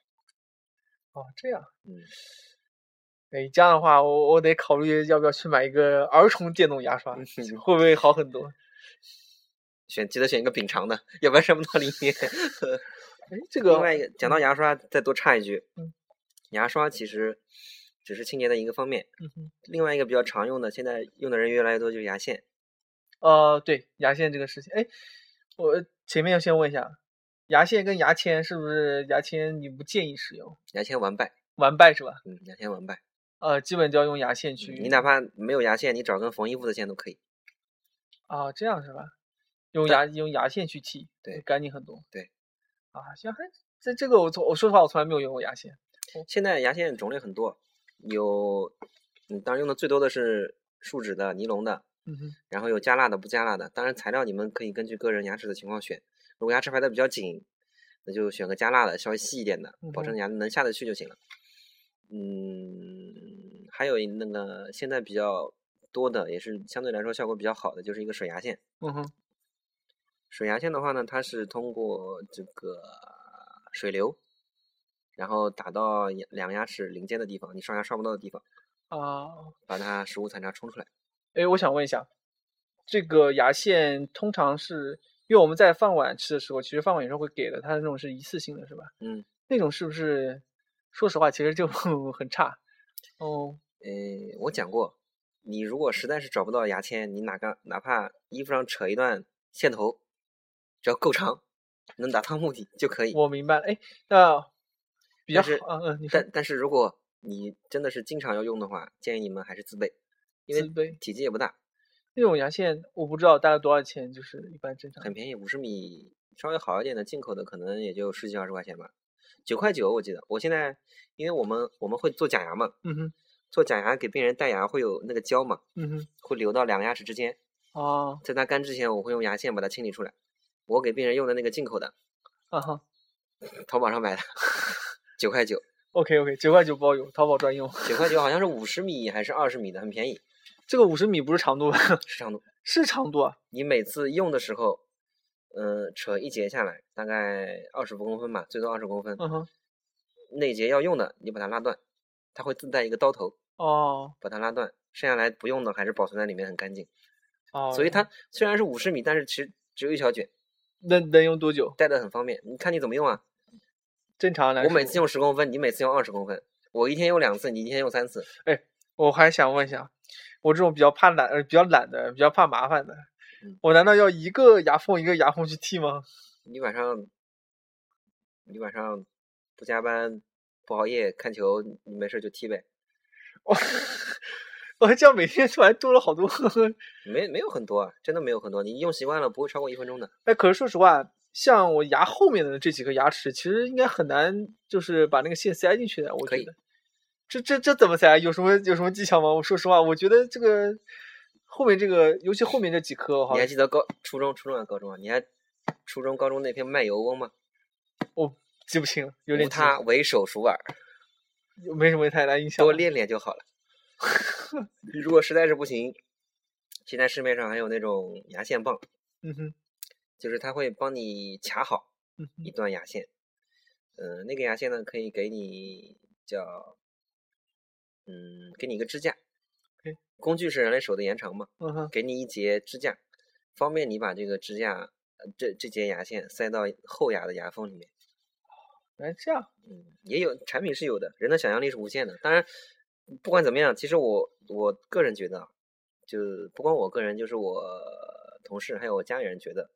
[SPEAKER 1] 哦，这样。
[SPEAKER 2] 嗯，
[SPEAKER 1] 哎，这样的话，我我得考虑要不要去买一个儿童电动牙刷，
[SPEAKER 2] 嗯
[SPEAKER 1] 会不会好很多？
[SPEAKER 2] 选记得选一个柄长的，要不然伸 *laughs* 不到里面。
[SPEAKER 1] 哎，这个
[SPEAKER 2] 另外一个，讲到牙刷，再多插一句
[SPEAKER 1] 嗯，
[SPEAKER 2] 牙刷其实只是清洁的一个方面，
[SPEAKER 1] 嗯哼
[SPEAKER 2] 另外一个比较常用的，现在用的人越来越多就是牙线。
[SPEAKER 1] 呃，对牙线这个事情，哎，我前面要先问一下，牙线跟牙签是不是牙签你不建议使用？
[SPEAKER 2] 牙签完败，
[SPEAKER 1] 完败是吧？
[SPEAKER 2] 嗯，牙签完败，
[SPEAKER 1] 呃，基本就要用牙线去。
[SPEAKER 2] 嗯你哪怕没有牙线，你找根缝衣服的线都可以。
[SPEAKER 1] 啊、这样是吧？用牙
[SPEAKER 2] 但
[SPEAKER 1] 用牙线去剔，
[SPEAKER 2] 对
[SPEAKER 1] 会干净很多。
[SPEAKER 2] 对，
[SPEAKER 1] 啊，行，还这这个我从我说实话我从来没有用过牙线。
[SPEAKER 2] 现在牙线种类很多，有，嗯，当然用的最多的是树脂的、尼龙的，
[SPEAKER 1] 嗯哼，
[SPEAKER 2] 然后有加辣的、不加辣的。当然材料你们可以根据个人牙齿的情况选，如果牙齿排的比较紧，那就选个加辣的，稍微细一点的，保证牙能下得去就行了。嗯，还有一那个现在比较多的，也是相对来说效果比较好的，就是一个水牙线。
[SPEAKER 1] 嗯哼，
[SPEAKER 2] 水牙线的话呢，它是通过这个水流，然后打到牙两个牙齿邻间的地方，你上牙刷不到的地方，
[SPEAKER 1] 啊，
[SPEAKER 2] 把它食物残渣冲出来。
[SPEAKER 1] 哎，我想问一下，这个牙线通常是因为我们在饭碗吃的时候，其实饭碗有时候会给的，它那种是一次性的，是吧？
[SPEAKER 2] 嗯，
[SPEAKER 1] 那种是不是？说实话，其实就 *laughs* 很差。哦，
[SPEAKER 2] 呃，我讲过，你如果实在是找不到牙签，你哪个哪怕衣服上扯一段线头，只要够长，能达到目的就可以。
[SPEAKER 1] 我明白了。哎，那比较
[SPEAKER 2] 但是
[SPEAKER 1] 好。嗯嗯，你说
[SPEAKER 2] 但但是如果你真的是经常要用的话，建议你们还是自备，因
[SPEAKER 1] 自
[SPEAKER 2] 为
[SPEAKER 1] 卑
[SPEAKER 2] 体积也不大，
[SPEAKER 1] 那种牙线，我不知道大概多少钱，就是一般正常。
[SPEAKER 2] 很便宜，五十米稍微好一点的进口的可能也就十几二十块钱吧，九块九我记得。我现在因为我们我们会做假牙嘛，
[SPEAKER 1] 嗯哼，
[SPEAKER 2] 做假牙给病人戴牙会有那个胶嘛，
[SPEAKER 1] 嗯哼，
[SPEAKER 2] 会流到两个牙齿之间，
[SPEAKER 1] 哦，
[SPEAKER 2] 在它干之前我会用牙线把它清理出来。我给病人用的那个进口的，
[SPEAKER 1] 啊哈
[SPEAKER 2] 淘宝上买的， *laughs* 九块九，
[SPEAKER 1] ，OK OK，九块九包邮，淘宝专用。 *laughs*
[SPEAKER 2] 九块九好像是五十米还是二十米的，很便宜，
[SPEAKER 1] 这个五十米不是长度吧， *laughs*
[SPEAKER 2] 是长度。
[SPEAKER 1] 是长度啊。
[SPEAKER 2] 你每次用的时候，呃，扯一节下来大概二十公分吧，最多二十公分。
[SPEAKER 1] 嗯哼，
[SPEAKER 2] 那节要用的，你把它拉断，它会自带一个刀头，
[SPEAKER 1] 哦
[SPEAKER 2] 把它拉断，剩下来不用的还是保存在里面很干净。
[SPEAKER 1] 哦，
[SPEAKER 2] 所以它虽然是五十米，但是其实只有一小卷，
[SPEAKER 1] 能能用多久？
[SPEAKER 2] 带的很方便。你看你怎么用啊？
[SPEAKER 1] 正常来
[SPEAKER 2] 我
[SPEAKER 1] 说，
[SPEAKER 2] 每次用十公分，你每次用二十公分，我一天用两次，你一天用三次。
[SPEAKER 1] 我还想问一下，我这种比较怕懒、呃比较懒的、比较怕麻烦的
[SPEAKER 2] 嗯，
[SPEAKER 1] 我难道要一个牙缝一个牙缝去剃吗？ *laughs*
[SPEAKER 2] 你晚上，你晚上不加班不熬夜看球，你没事就踢呗，
[SPEAKER 1] 我我这样每天突然多了好多。 *laughs*
[SPEAKER 2] 没没有很多啊，真的没有很多，你用习惯了不会超过一分钟的。
[SPEAKER 1] 哎，可是说实话，像我牙后面的这几颗牙齿，其实应该很难，就是把那个线塞进去的。我
[SPEAKER 2] 可
[SPEAKER 1] 觉
[SPEAKER 2] 以
[SPEAKER 1] 得，这这这怎么塞？有什么有什么技巧吗？我说实话，我觉得这个后面这个，尤其后面这几颗，我好
[SPEAKER 2] 你还
[SPEAKER 1] 像
[SPEAKER 2] 记得高初中、初中还是高中啊？你还初中、高中那篇卖油翁吗？
[SPEAKER 1] 记不清了，有
[SPEAKER 2] 无
[SPEAKER 1] 点记不
[SPEAKER 2] 他唯手熟耳，
[SPEAKER 1] 没什么太大印象
[SPEAKER 2] 多
[SPEAKER 1] 了。
[SPEAKER 2] 练练就
[SPEAKER 1] *laughs*
[SPEAKER 2] 好了。你如果实在是不行，现在市面上还有那种牙线棒，
[SPEAKER 1] 嗯哼，
[SPEAKER 2] 就是它会帮你卡好
[SPEAKER 1] 嗯哼
[SPEAKER 2] 一段牙线。嗯，那个牙线呢，可以给你叫，嗯，给你一个支架
[SPEAKER 1] OK。
[SPEAKER 2] 工具是人类手的延长嘛，
[SPEAKER 1] 嗯哼，
[SPEAKER 2] 给你一节支架，方便你把这个支架，呃这这节牙线塞到后牙的牙缝里面。
[SPEAKER 1] 原来这样。
[SPEAKER 2] 嗯，也有产品是有的，人的想象力是无限的。当然，不管怎么样，其实我我个人觉得，啊，就不光我个人，就是我同事还有我家里人觉得，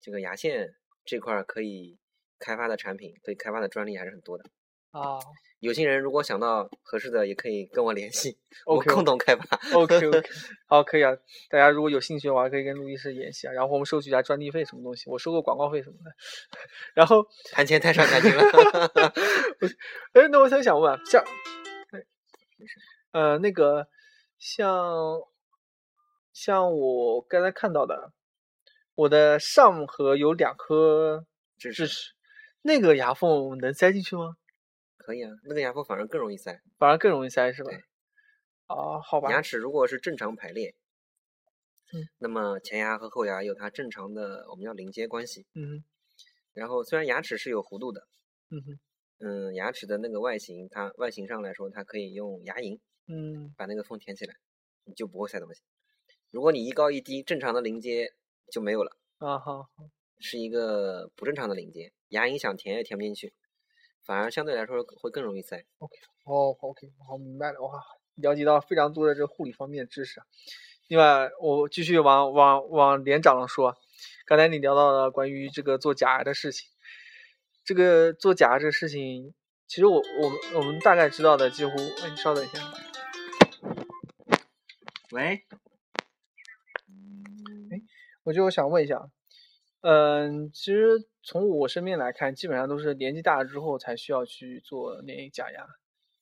[SPEAKER 2] 这个牙线这块儿可以开发的产品，可以开发的专利还是很多的。 *laughs*
[SPEAKER 1] 啊
[SPEAKER 2] 有心人如果想到合适的，也可以跟我联系，我们
[SPEAKER 1] ，OK *laughs*
[SPEAKER 2] 共同开发。
[SPEAKER 1] OK OK，好，可以啊。大家如果有兴趣的话，可以跟路易斯联系啊。然后我们收取一下专利费什么东西，我收个广告费什么的。 *laughs* 然后，
[SPEAKER 2] 谈钱太伤感情了。 *laughs*
[SPEAKER 1] 哎，那我想想问啊，像，呃，那个像像我刚才看到的，我的上颌有两颗
[SPEAKER 2] 智
[SPEAKER 1] 智
[SPEAKER 2] 齿
[SPEAKER 1] 齿，那个牙缝能塞进去吗？
[SPEAKER 2] 可以啊，那个牙缝反而更容易塞。
[SPEAKER 1] 反而更容易塞是吧
[SPEAKER 2] 对？
[SPEAKER 1] 啊，好吧，
[SPEAKER 2] 牙齿如果是正常排列，
[SPEAKER 1] 嗯
[SPEAKER 2] 那么前牙和后牙有它正常的我们叫邻接关系。
[SPEAKER 1] 嗯
[SPEAKER 2] 然后虽然牙齿是有弧度的，
[SPEAKER 1] 嗯哼
[SPEAKER 2] 嗯，牙齿的那个外形，它外形上来说，它可以用牙龈
[SPEAKER 1] 嗯，
[SPEAKER 2] 把那个缝填起来，你就不会塞东西。如果你一高一低，正常的邻接就没有了，
[SPEAKER 1] 啊好，
[SPEAKER 2] 是一个不正常的邻接，牙龈想填也填不进去，反而相对来说会更容易塞。
[SPEAKER 1] 哦，OK，好，明白了，哇，了解到非常多的这护理方面的知识啊。另外，我继续往往往连长上说，刚才你聊到了关于这个做假牙的事情，这个做假牙这个事情，其实我我们我们大概知道的几乎，哎，你稍等一下，
[SPEAKER 2] 喂，
[SPEAKER 1] 我就想问一下，嗯，其实从我身边来看，基本上都是年纪大了之后才需要去做那假牙，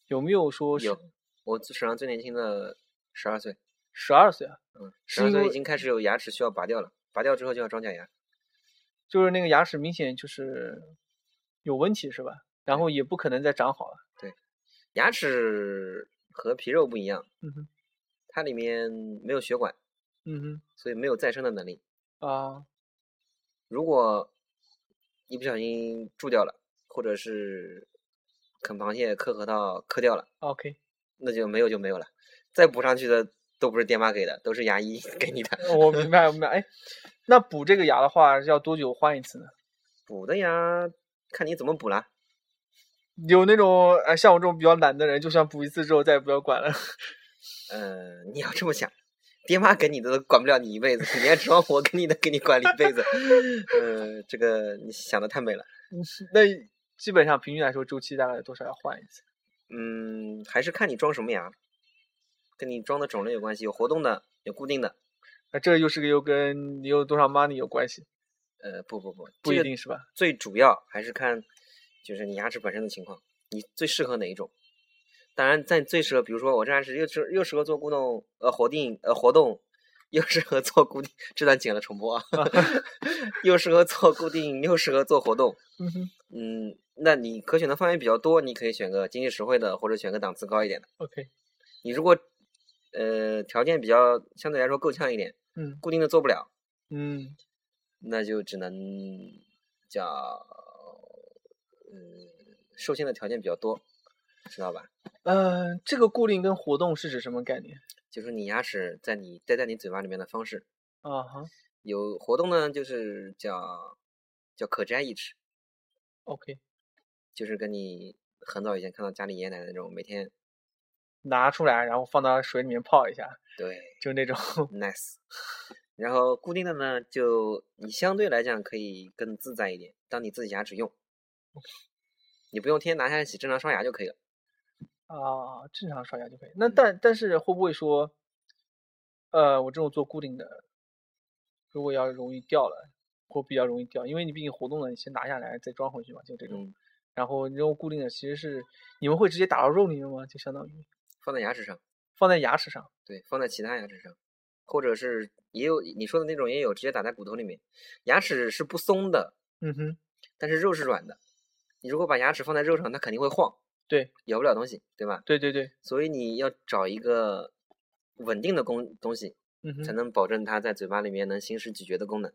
[SPEAKER 1] 有没有说是
[SPEAKER 2] 有我最史上最年轻的十二岁，
[SPEAKER 1] 十二岁啊，
[SPEAKER 2] 嗯，
[SPEAKER 1] 是
[SPEAKER 2] 十二
[SPEAKER 1] 因
[SPEAKER 2] 岁
[SPEAKER 1] 为
[SPEAKER 2] 已经开始有牙齿需要拔掉了，拔掉之后就要装假牙。
[SPEAKER 1] 就是那个牙齿明显就是有问题是吧？然后也不可能再长好了。
[SPEAKER 2] 牙齿和皮肉不一样，
[SPEAKER 1] 嗯哼，
[SPEAKER 2] 它里面没有血管，
[SPEAKER 1] 嗯
[SPEAKER 2] 所以没有再生的能力。
[SPEAKER 1] 哼，啊，
[SPEAKER 2] 如果一不小心蛀掉了，或者是啃螃蟹磕核桃磕掉了，
[SPEAKER 1] OK，
[SPEAKER 2] 那就没有就没有了，再补上去的都不是爹妈给的，都是牙医 *laughs* 给你的。
[SPEAKER 1] 我明白，我明白。哎，那补这个牙的话，要多久换一次呢？
[SPEAKER 2] 补的牙看你怎么补啦。
[SPEAKER 1] 有那种哎，像我这种比较懒的人，就想补一次之后再也不要管了。 *laughs*
[SPEAKER 2] 呃，你要这么想，爹妈给你的都管不了你一辈子，你还指望我给你的给你管一辈子？呃，这个你想的太美了。
[SPEAKER 1] 那基本上平均来说，周期大概有多少要换一次？
[SPEAKER 2] 嗯，还是看你装什么牙，跟你装的种类有关系，有活动的，有固定的。
[SPEAKER 1] 啊，这又是个又跟你有多少 money 有关系，
[SPEAKER 2] 呃，不不不，
[SPEAKER 1] 不
[SPEAKER 2] 这
[SPEAKER 1] 一
[SPEAKER 2] 个
[SPEAKER 1] 定是吧？
[SPEAKER 2] 最主要还是看就是你牙齿本身的情况，你最适合哪一种。当然，在最适合，比如说我这牙齿又适又适合做固动呃活定呃活动，又适合做固定，这段剪了重播啊，又适合做固定，又适合做活动。
[SPEAKER 1] 嗯哼
[SPEAKER 2] 嗯，那你可选的范围比较多，你可以选个经济实惠的，或者选个档次高一点的。
[SPEAKER 1] ，OK，
[SPEAKER 2] 你如果呃条件比较相对来说够呛一点，
[SPEAKER 1] 嗯
[SPEAKER 2] 固定的做不了，
[SPEAKER 1] 嗯，
[SPEAKER 2] 那就只能叫嗯，受限的条件比较多，知道吧？
[SPEAKER 1] 呃，这个固定跟活动是指什么概念？
[SPEAKER 2] 就是你牙齿在你待在你嘴巴里面的方式，
[SPEAKER 1] 啊哈
[SPEAKER 2] 有活动呢，就是叫叫可摘一齿，
[SPEAKER 1] ，OK，
[SPEAKER 2] 就是跟你很早以前看到家里爷爷奶奶那种每天
[SPEAKER 1] 拿出来然后放到水里面泡一下，
[SPEAKER 2] 对
[SPEAKER 1] 就那种 *laughs*
[SPEAKER 2] nice。然后固定的呢，就你相对来讲可以更自在一点，当你自己牙齿用，你不用天天拿下洗，正常刷牙就可以了。
[SPEAKER 1] 啊，正常刷牙就可以。那
[SPEAKER 2] 嗯
[SPEAKER 1] 但但是会不会说，呃，我这种做固定的，如果要容易掉了，会比较容易掉，因为你毕竟活动的，你先拿下来再装回去嘛，就这种。
[SPEAKER 2] 嗯，
[SPEAKER 1] 然后你这种固定的其实是你们会直接打到肉里面吗？就相当于
[SPEAKER 2] 放在牙齿上。
[SPEAKER 1] 放在牙齿上。
[SPEAKER 2] 对，放在其他牙齿上，或者是也有你说的那种也有直接打在骨头里面。牙齿是不松的，
[SPEAKER 1] 嗯哼，
[SPEAKER 2] 但是肉是软的。你如果把牙齿放在肉上，它肯定会晃，
[SPEAKER 1] 对，
[SPEAKER 2] 咬不了东西，对吧？
[SPEAKER 1] 对对对，
[SPEAKER 2] 所以你要找一个稳定的工东西，
[SPEAKER 1] 嗯
[SPEAKER 2] 才
[SPEAKER 1] 哼，
[SPEAKER 2] 能保证它在嘴巴里面能行使咀嚼的功能。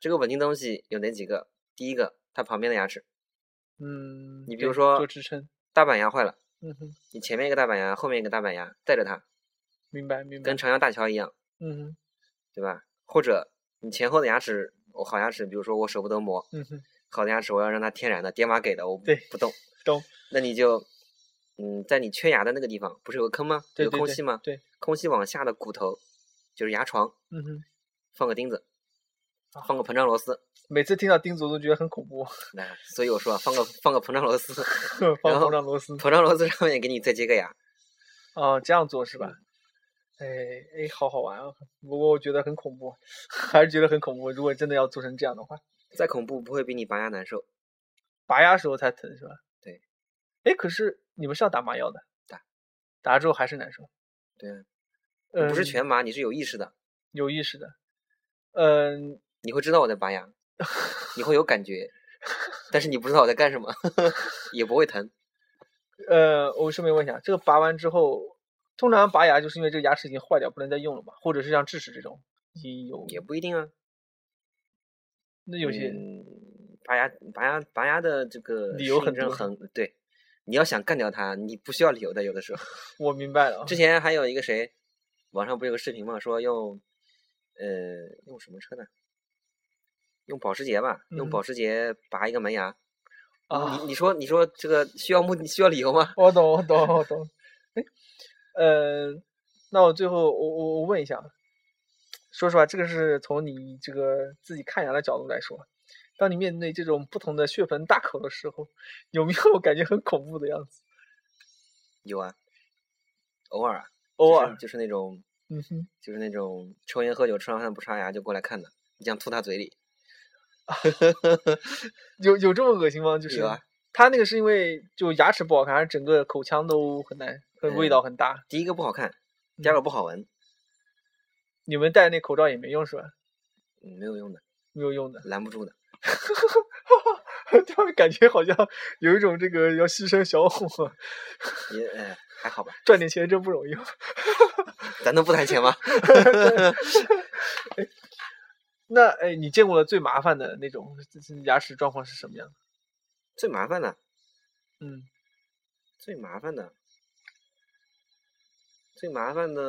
[SPEAKER 2] 这个稳定东西有哪几个？第一个，它旁边的牙齿，
[SPEAKER 1] 嗯，
[SPEAKER 2] 你比
[SPEAKER 1] 对
[SPEAKER 2] 如说
[SPEAKER 1] 做支撑。
[SPEAKER 2] 大板牙坏了，
[SPEAKER 1] 嗯哼，
[SPEAKER 2] 你前面一个大板牙，后面一个大板牙带着它，
[SPEAKER 1] 明白明白
[SPEAKER 2] 跟。长江大桥一样。
[SPEAKER 1] 嗯哼，
[SPEAKER 2] 对吧？或者你前后的牙齿，我好牙齿，比如说我舍不得磨，
[SPEAKER 1] 嗯哼，
[SPEAKER 2] 好的牙齿我要让它天然的，爹妈给的，我不
[SPEAKER 1] 对
[SPEAKER 2] 不动。
[SPEAKER 1] 懂。
[SPEAKER 2] 那你就，嗯，在你缺牙的那个地方，不是有个坑吗？
[SPEAKER 1] 对
[SPEAKER 2] 有
[SPEAKER 1] 对
[SPEAKER 2] 空
[SPEAKER 1] 对
[SPEAKER 2] 隙吗？
[SPEAKER 1] 对，
[SPEAKER 2] 空隙往下的骨头就是牙床，
[SPEAKER 1] 嗯哼，
[SPEAKER 2] 放个钉子
[SPEAKER 1] 啊，
[SPEAKER 2] 放个膨胀螺丝。
[SPEAKER 1] 每次听到钉子我都觉得很恐怖，
[SPEAKER 2] 那、所以我说啊，放个放个膨胀螺丝， *laughs*
[SPEAKER 1] *laughs* 放
[SPEAKER 2] 然后
[SPEAKER 1] 膨胀螺丝。
[SPEAKER 2] 膨胀螺丝上面给你再接个牙。
[SPEAKER 1] 哦，这样做是
[SPEAKER 2] 嗯
[SPEAKER 1] 吧？哎哎，好好玩啊！不过我觉得很恐怖， *laughs* 还是觉得很恐怖。如果真的要做成这样的话，
[SPEAKER 2] 再恐怖不会比你拔牙难受。
[SPEAKER 1] 拔牙时候才疼是吧？
[SPEAKER 2] 对。
[SPEAKER 1] 哎，可是你们是要打麻药的？
[SPEAKER 2] 打。
[SPEAKER 1] 打了之后还是难受。
[SPEAKER 2] 对啊，
[SPEAKER 1] 嗯，
[SPEAKER 2] 不是全麻，你是有意识的，
[SPEAKER 1] 有意识的。嗯，
[SPEAKER 2] 你会知道我在拔
[SPEAKER 1] *laughs*
[SPEAKER 2] 牙，你会有感觉，但是你不知道我在干什么， *laughs* 也不会疼。
[SPEAKER 1] 呃，我顺便问一下，这个拔完之后，通常拔牙就是因为这个牙齿已经坏掉，不能再用了嘛？或者是像智齿这种已经有
[SPEAKER 2] 也不一定啊。
[SPEAKER 1] 那有些、
[SPEAKER 2] 嗯拔牙、拔牙、拔牙的这个
[SPEAKER 1] 理由
[SPEAKER 2] 适
[SPEAKER 1] 很
[SPEAKER 2] 应症
[SPEAKER 1] 多
[SPEAKER 2] 很对。你要想干掉它，你不需要理由的。有的时候，
[SPEAKER 1] 我明白了啊。
[SPEAKER 2] 之前还有一个谁，网上不是有个视频嘛，说用，呃，用什么车呢？用保时捷吧，用
[SPEAKER 1] 嗯
[SPEAKER 2] 保时捷拔一个门牙。
[SPEAKER 1] 啊
[SPEAKER 2] 你你说你说这个需要目需要理由吗？
[SPEAKER 1] *laughs*
[SPEAKER 2] *laughs*
[SPEAKER 1] 我懂，我懂，我懂。哎，呃，那我最后我我我问一下，啊说实话，这个是从你这个自己看牙的角度来说，当你面对这种不同的血盆大口的时候，有没有感觉很恐怖的样子？
[SPEAKER 2] 有啊，偶尔啊，
[SPEAKER 1] 偶
[SPEAKER 2] 就是
[SPEAKER 1] 尔，
[SPEAKER 2] 就是那种
[SPEAKER 1] 嗯哼，
[SPEAKER 2] 就是那种抽烟喝酒吃完饭不刷牙就过来看的，你想吐他嘴里。
[SPEAKER 1] 有有这么恶心吗？就是
[SPEAKER 2] 有啊，
[SPEAKER 1] 他那个是因为就牙齿不好看，还是整个口腔都很难，很味道很大？
[SPEAKER 2] 第一个不好看，第二
[SPEAKER 1] 嗯
[SPEAKER 2] 个不好闻，
[SPEAKER 1] 你们戴那口罩也没用是吧？
[SPEAKER 2] 嗯，没有用的，
[SPEAKER 1] 没有用的， *laughs*
[SPEAKER 2] 拦不住的。
[SPEAKER 1] 他们感觉好像有一种这个要牺牲小我，
[SPEAKER 2] 也、哎还好吧，
[SPEAKER 1] 赚点钱真不容易。
[SPEAKER 2] 咱能不谈钱吗？ *laughs*
[SPEAKER 1] 那哎，你见过了最麻烦的那种这这牙齿状况是什么样的？
[SPEAKER 2] 最麻烦的，
[SPEAKER 1] 嗯，
[SPEAKER 2] 最麻烦的，最麻烦的，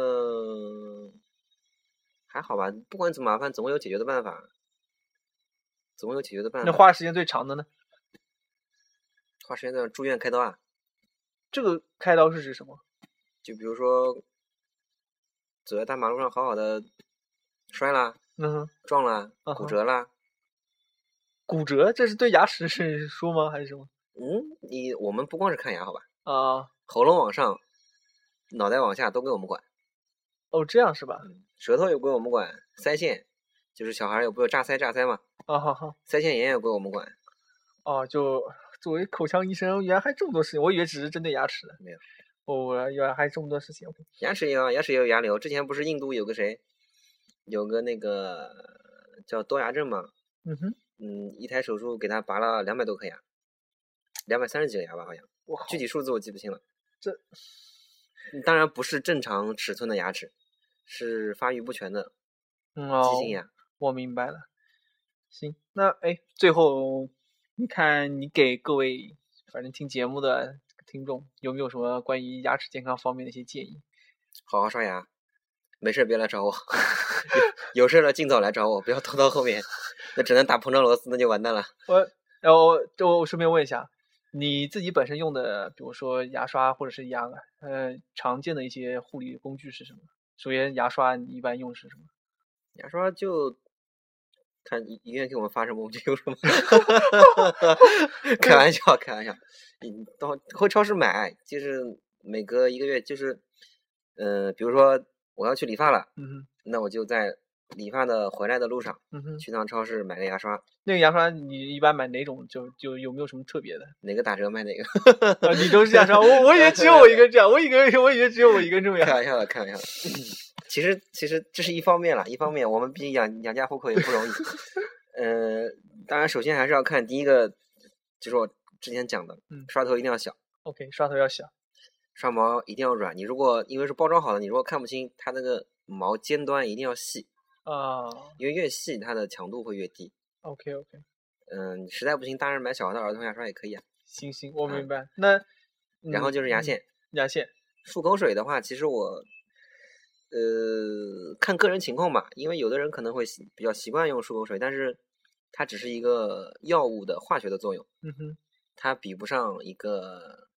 [SPEAKER 2] 还好吧。不管怎么麻烦，总会有解决的办法，总会有解决的办法。
[SPEAKER 1] 那花时间最长的呢？
[SPEAKER 2] 花时间在住院开刀啊，
[SPEAKER 1] 这个开刀是指什么？
[SPEAKER 2] 就比如说走在大马路上，好好的摔啦、
[SPEAKER 1] 嗯哼，
[SPEAKER 2] 撞啦、
[SPEAKER 1] 嗯
[SPEAKER 2] 骨
[SPEAKER 1] 哼
[SPEAKER 2] 折啦。
[SPEAKER 1] 骨折，这是对牙齿 *laughs* 是说吗？还是什么？
[SPEAKER 2] 嗯，你我们不光是看牙，好吧，
[SPEAKER 1] 啊，
[SPEAKER 2] 喉咙往上，脑袋往下都归我们管。
[SPEAKER 1] 哦，这样是吧？
[SPEAKER 2] 舌头也归我们管，腮腺就是小孩儿有不有炸腮炸腮嘛，
[SPEAKER 1] 啊，好好，
[SPEAKER 2] 腮腺炎也归我们管。
[SPEAKER 1] 哦，就作为口腔医生，原来还这么多事情，我以为只是针对牙齿的。
[SPEAKER 2] 没有，
[SPEAKER 1] 哦，原来还这么多事情。
[SPEAKER 2] 牙齿也有，啊，牙齿也有牙瘤。之前不是印度有个谁，有个那个叫多牙症嘛，
[SPEAKER 1] 嗯哼，
[SPEAKER 2] 嗯，一台手术给他拔了两百多颗牙，两百三十几个牙吧，好像
[SPEAKER 1] 我靠，
[SPEAKER 2] 具体数字我记不清了。
[SPEAKER 1] 这
[SPEAKER 2] 嗯当然不是正常尺寸的牙齿，是发育不全的
[SPEAKER 1] 嗯
[SPEAKER 2] 畸
[SPEAKER 1] 哦，
[SPEAKER 2] 形牙。
[SPEAKER 1] 我明白了。行，那哎，最后你看，你给各位反正听节目的听众有没有什么关于牙齿健康方面的一些建议？
[SPEAKER 2] 好好刷牙，没事儿别来找我，有有事儿了尽早来找我，不要拖到后面，那只能打膨胀螺丝，那就完蛋了。
[SPEAKER 1] 我，然后我我顺便问一下，你自己本身用的，比如说牙刷或者是牙，呃，常见的一些护理工具是什么？首先，牙刷你一般用是什么？
[SPEAKER 2] 牙刷就看医医院给我们发什么我们就用什么， *laughs* 开玩笑开玩笑，你到会超市买，就是每隔一个月就是，嗯，比如说我要去理发了，
[SPEAKER 1] 嗯哼，
[SPEAKER 2] 那我就在理发的回来的路上
[SPEAKER 1] 嗯哼，
[SPEAKER 2] 去趟超市买个牙刷，
[SPEAKER 1] 那个牙刷你一般买哪种？就就有没有什么特别的？
[SPEAKER 2] 哪个打折买哪个，
[SPEAKER 1] *laughs* 啊，你都是这样刷，我我以为只有我一个这样，我以为我以为只有我一个这么
[SPEAKER 2] 开
[SPEAKER 1] 样。
[SPEAKER 2] 玩笑的开玩笑的。其实其实这是一方面了，一方面我们毕竟养养家糊口也不容
[SPEAKER 1] *laughs*
[SPEAKER 2] 易。呃，当然首先还是要看第一个，就是我之前讲的
[SPEAKER 1] 嗯，
[SPEAKER 2] 刷头一定要小，
[SPEAKER 1] *laughs* OK，刷头要小。
[SPEAKER 2] 刷毛一定要软。你如果因为是包装好的，你如果看不清，它那个毛尖端一定要细，
[SPEAKER 1] 啊
[SPEAKER 2] 因为越细它的强度会越低。
[SPEAKER 1] ，OK OK，
[SPEAKER 2] 嗯、实在不行，大人买小的儿童牙刷也可以啊。
[SPEAKER 1] 行行，我明
[SPEAKER 2] 嗯
[SPEAKER 1] 白。那
[SPEAKER 2] 然后就是牙
[SPEAKER 1] 嗯
[SPEAKER 2] 线，
[SPEAKER 1] 牙线，
[SPEAKER 2] 漱口水的话，其实我，呃，看个人情况吧，因为有的人可能会习比较习惯用漱口水，但是它只是一个药物的化学的作用，
[SPEAKER 1] 嗯哼，
[SPEAKER 2] 它比不上一个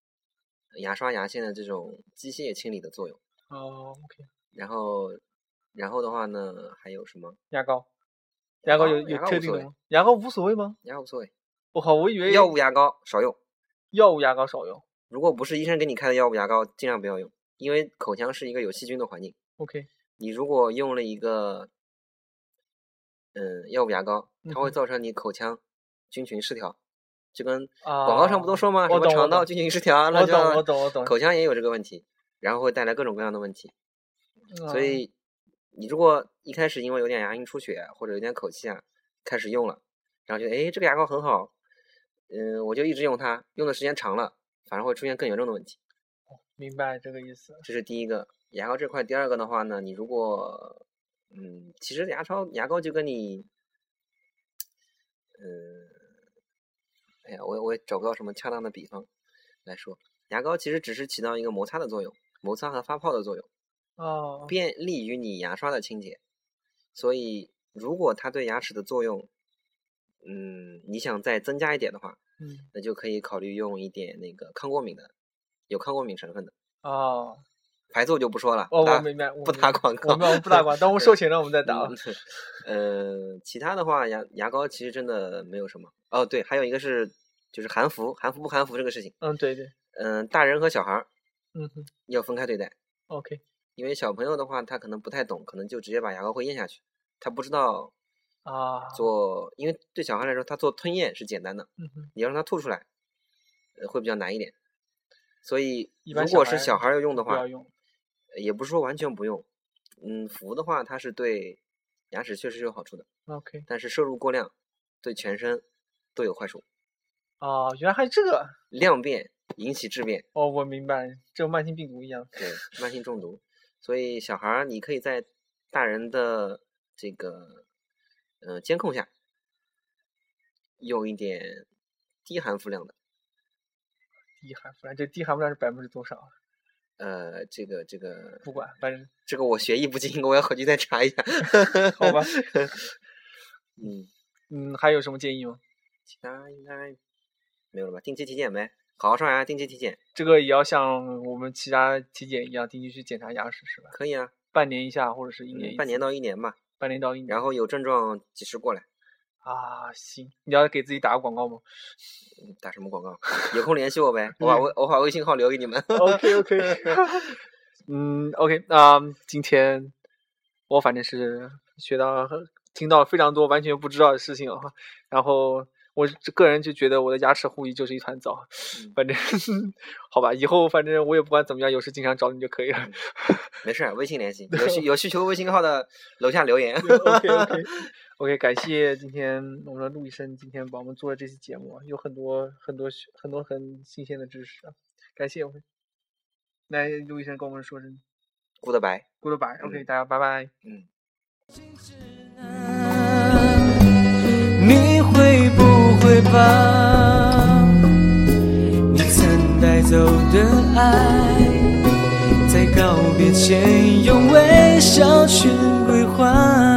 [SPEAKER 2] 牙刷牙线的这种机械清理的作用。
[SPEAKER 1] 哦，OK，
[SPEAKER 2] 然后，然后的话呢，还有什么？
[SPEAKER 1] 牙膏，牙膏有有
[SPEAKER 2] 膏牙膏
[SPEAKER 1] 特
[SPEAKER 2] 无
[SPEAKER 1] 定
[SPEAKER 2] 所
[SPEAKER 1] 的
[SPEAKER 2] 谓
[SPEAKER 1] 吗？牙膏无所谓吗？
[SPEAKER 2] 牙无所谓，
[SPEAKER 1] 我靠，我以为
[SPEAKER 2] 药物牙膏少用。
[SPEAKER 1] 药物牙膏少用。
[SPEAKER 2] 如果不是医生给你开的药物牙膏，尽量不要用，因为口腔是一个有细菌的环境。
[SPEAKER 1] OK，
[SPEAKER 2] 你如果用了一个，嗯，药物牙膏，它
[SPEAKER 1] 嗯
[SPEAKER 2] 会
[SPEAKER 1] 哼
[SPEAKER 2] 造成你口腔菌群失调，就跟
[SPEAKER 1] 啊，
[SPEAKER 2] 广告上不都说吗？
[SPEAKER 1] 我
[SPEAKER 2] 什么
[SPEAKER 1] 懂我
[SPEAKER 2] 肠道
[SPEAKER 1] 懂
[SPEAKER 2] 菌群失调啊，
[SPEAKER 1] 我
[SPEAKER 2] 乱七
[SPEAKER 1] 懂
[SPEAKER 2] 八糟
[SPEAKER 1] 我
[SPEAKER 2] 的
[SPEAKER 1] 懂我懂，
[SPEAKER 2] 口腔也有这个问题，然后会带来各种各样的问题。所
[SPEAKER 1] 嗯
[SPEAKER 2] 以，你如果一开始因为有点牙龈出血或者有点口气啊，开始用了，然后觉得哎这个牙膏很好，嗯，我就一直用它，用的时间长了，反而会出现更严重的问题。
[SPEAKER 1] 明白这个意思。
[SPEAKER 2] 这是第一个牙膏这块。第二个的话呢，你如果嗯，其实牙膏牙膏就跟你，嗯，哎呀，我也我也找不到什么恰当的比方来说，牙膏其实只是起到一个摩擦的作用，摩擦和发泡的作用，
[SPEAKER 1] 哦，
[SPEAKER 2] 便利于你牙刷的清洁。所以，如果它对牙齿的作用，嗯，你想再增加一点的话，
[SPEAKER 1] 嗯，
[SPEAKER 2] 那就可以考虑用一点那个抗过敏的，有抗过敏成分的。
[SPEAKER 1] 哦，
[SPEAKER 2] 牌子我就不说了，
[SPEAKER 1] 哦，
[SPEAKER 2] 大
[SPEAKER 1] 我
[SPEAKER 2] 家
[SPEAKER 1] 明白，我
[SPEAKER 2] 不
[SPEAKER 1] 明
[SPEAKER 2] 打
[SPEAKER 1] 白
[SPEAKER 2] 广
[SPEAKER 1] 我
[SPEAKER 2] 告，
[SPEAKER 1] 们我们不打广告，等
[SPEAKER 2] *laughs*
[SPEAKER 1] 我们收钱了我 *laughs* 们再打啊。
[SPEAKER 2] 嗯。呃，其他的话，牙牙膏其实真的没有什么。哦，对，还有一个是就是含服，含服不含服这个事情。
[SPEAKER 1] 嗯，对对，
[SPEAKER 2] 嗯、大人和小孩儿
[SPEAKER 1] 嗯哼
[SPEAKER 2] 要分开对待，
[SPEAKER 1] ，OK，
[SPEAKER 2] 因为小朋友的话，他可能不太懂，可能就直接把牙膏会咽下去，他不知道
[SPEAKER 1] 啊，
[SPEAKER 2] 做，因为对小孩来说，他做吞咽是简单的，
[SPEAKER 1] 嗯哼，
[SPEAKER 2] 你要让他吐出来，呃会比较难一点。所以
[SPEAKER 1] 一般
[SPEAKER 2] 如
[SPEAKER 1] 小
[SPEAKER 2] 果是
[SPEAKER 1] 孩
[SPEAKER 2] 小孩儿要用的
[SPEAKER 1] 不
[SPEAKER 2] 话
[SPEAKER 1] 要，用。
[SPEAKER 2] 也不是说完全不用。嗯，氟的话，它是对牙齿确实有好处的，
[SPEAKER 1] OK，
[SPEAKER 2] 但是摄入过量对全身都有坏处，
[SPEAKER 1] 哦，原来还有这个，
[SPEAKER 2] 量变引起质变，
[SPEAKER 1] 哦，我明白，就慢性病毒一样。
[SPEAKER 2] 对，慢性中毒。所以小孩儿你可以在大人的这个呃监控下，用一点低含氟量的，
[SPEAKER 1] 低含氟量，这低含氟量是百分之多少？
[SPEAKER 2] 呃，这个这个
[SPEAKER 1] 不管，反正
[SPEAKER 2] 这个我学艺不精，我要回去再查一下。 *laughs*
[SPEAKER 1] 好吧。
[SPEAKER 2] 嗯，
[SPEAKER 1] 嗯，还有什么建议吗？
[SPEAKER 2] 其他应该没有了吧？定期体检呗，好好刷牙，定期体检
[SPEAKER 1] 这个也要像我们其他体检一样，定期去检查牙齿是吧？
[SPEAKER 2] 可以啊，
[SPEAKER 1] 半年一下，或者是一年一
[SPEAKER 2] 嗯
[SPEAKER 1] 次、
[SPEAKER 2] 半年到一年吧。
[SPEAKER 1] 半年到一年
[SPEAKER 2] 然后有症状及时过来。
[SPEAKER 1] 啊，行，你要给自己打个广告吗
[SPEAKER 2] 嗯打什么广告？有空联系我呗，我把微我把微信号留给你们。 *laughs*
[SPEAKER 1] ？OK OK，嗯 OK，那、今天我反正是学到很听到了非常多完全不知道的事情啊，然后我这个人就觉得我的牙齿护理就是一团糟，反正 *laughs* 好吧，以后反正我也不管怎么样，有事经常找你就可以了。
[SPEAKER 2] 没事儿，微信联系，有需有需求微信号的楼下留言。 *laughs*
[SPEAKER 1] OK OK *laughs* OK，感谢今天我们的陆医生今天帮我们做了这期节目啊，有很多很多学很多很新鲜的知识啊，感谢我们。来，陆医生跟我们说声
[SPEAKER 2] Goodbye。
[SPEAKER 1] goodbye，OK，、
[SPEAKER 2] 嗯
[SPEAKER 1] 大家拜拜。
[SPEAKER 2] 嗯。
[SPEAKER 3] 你会不会把你曾带走的爱，在告别前用微笑去归还？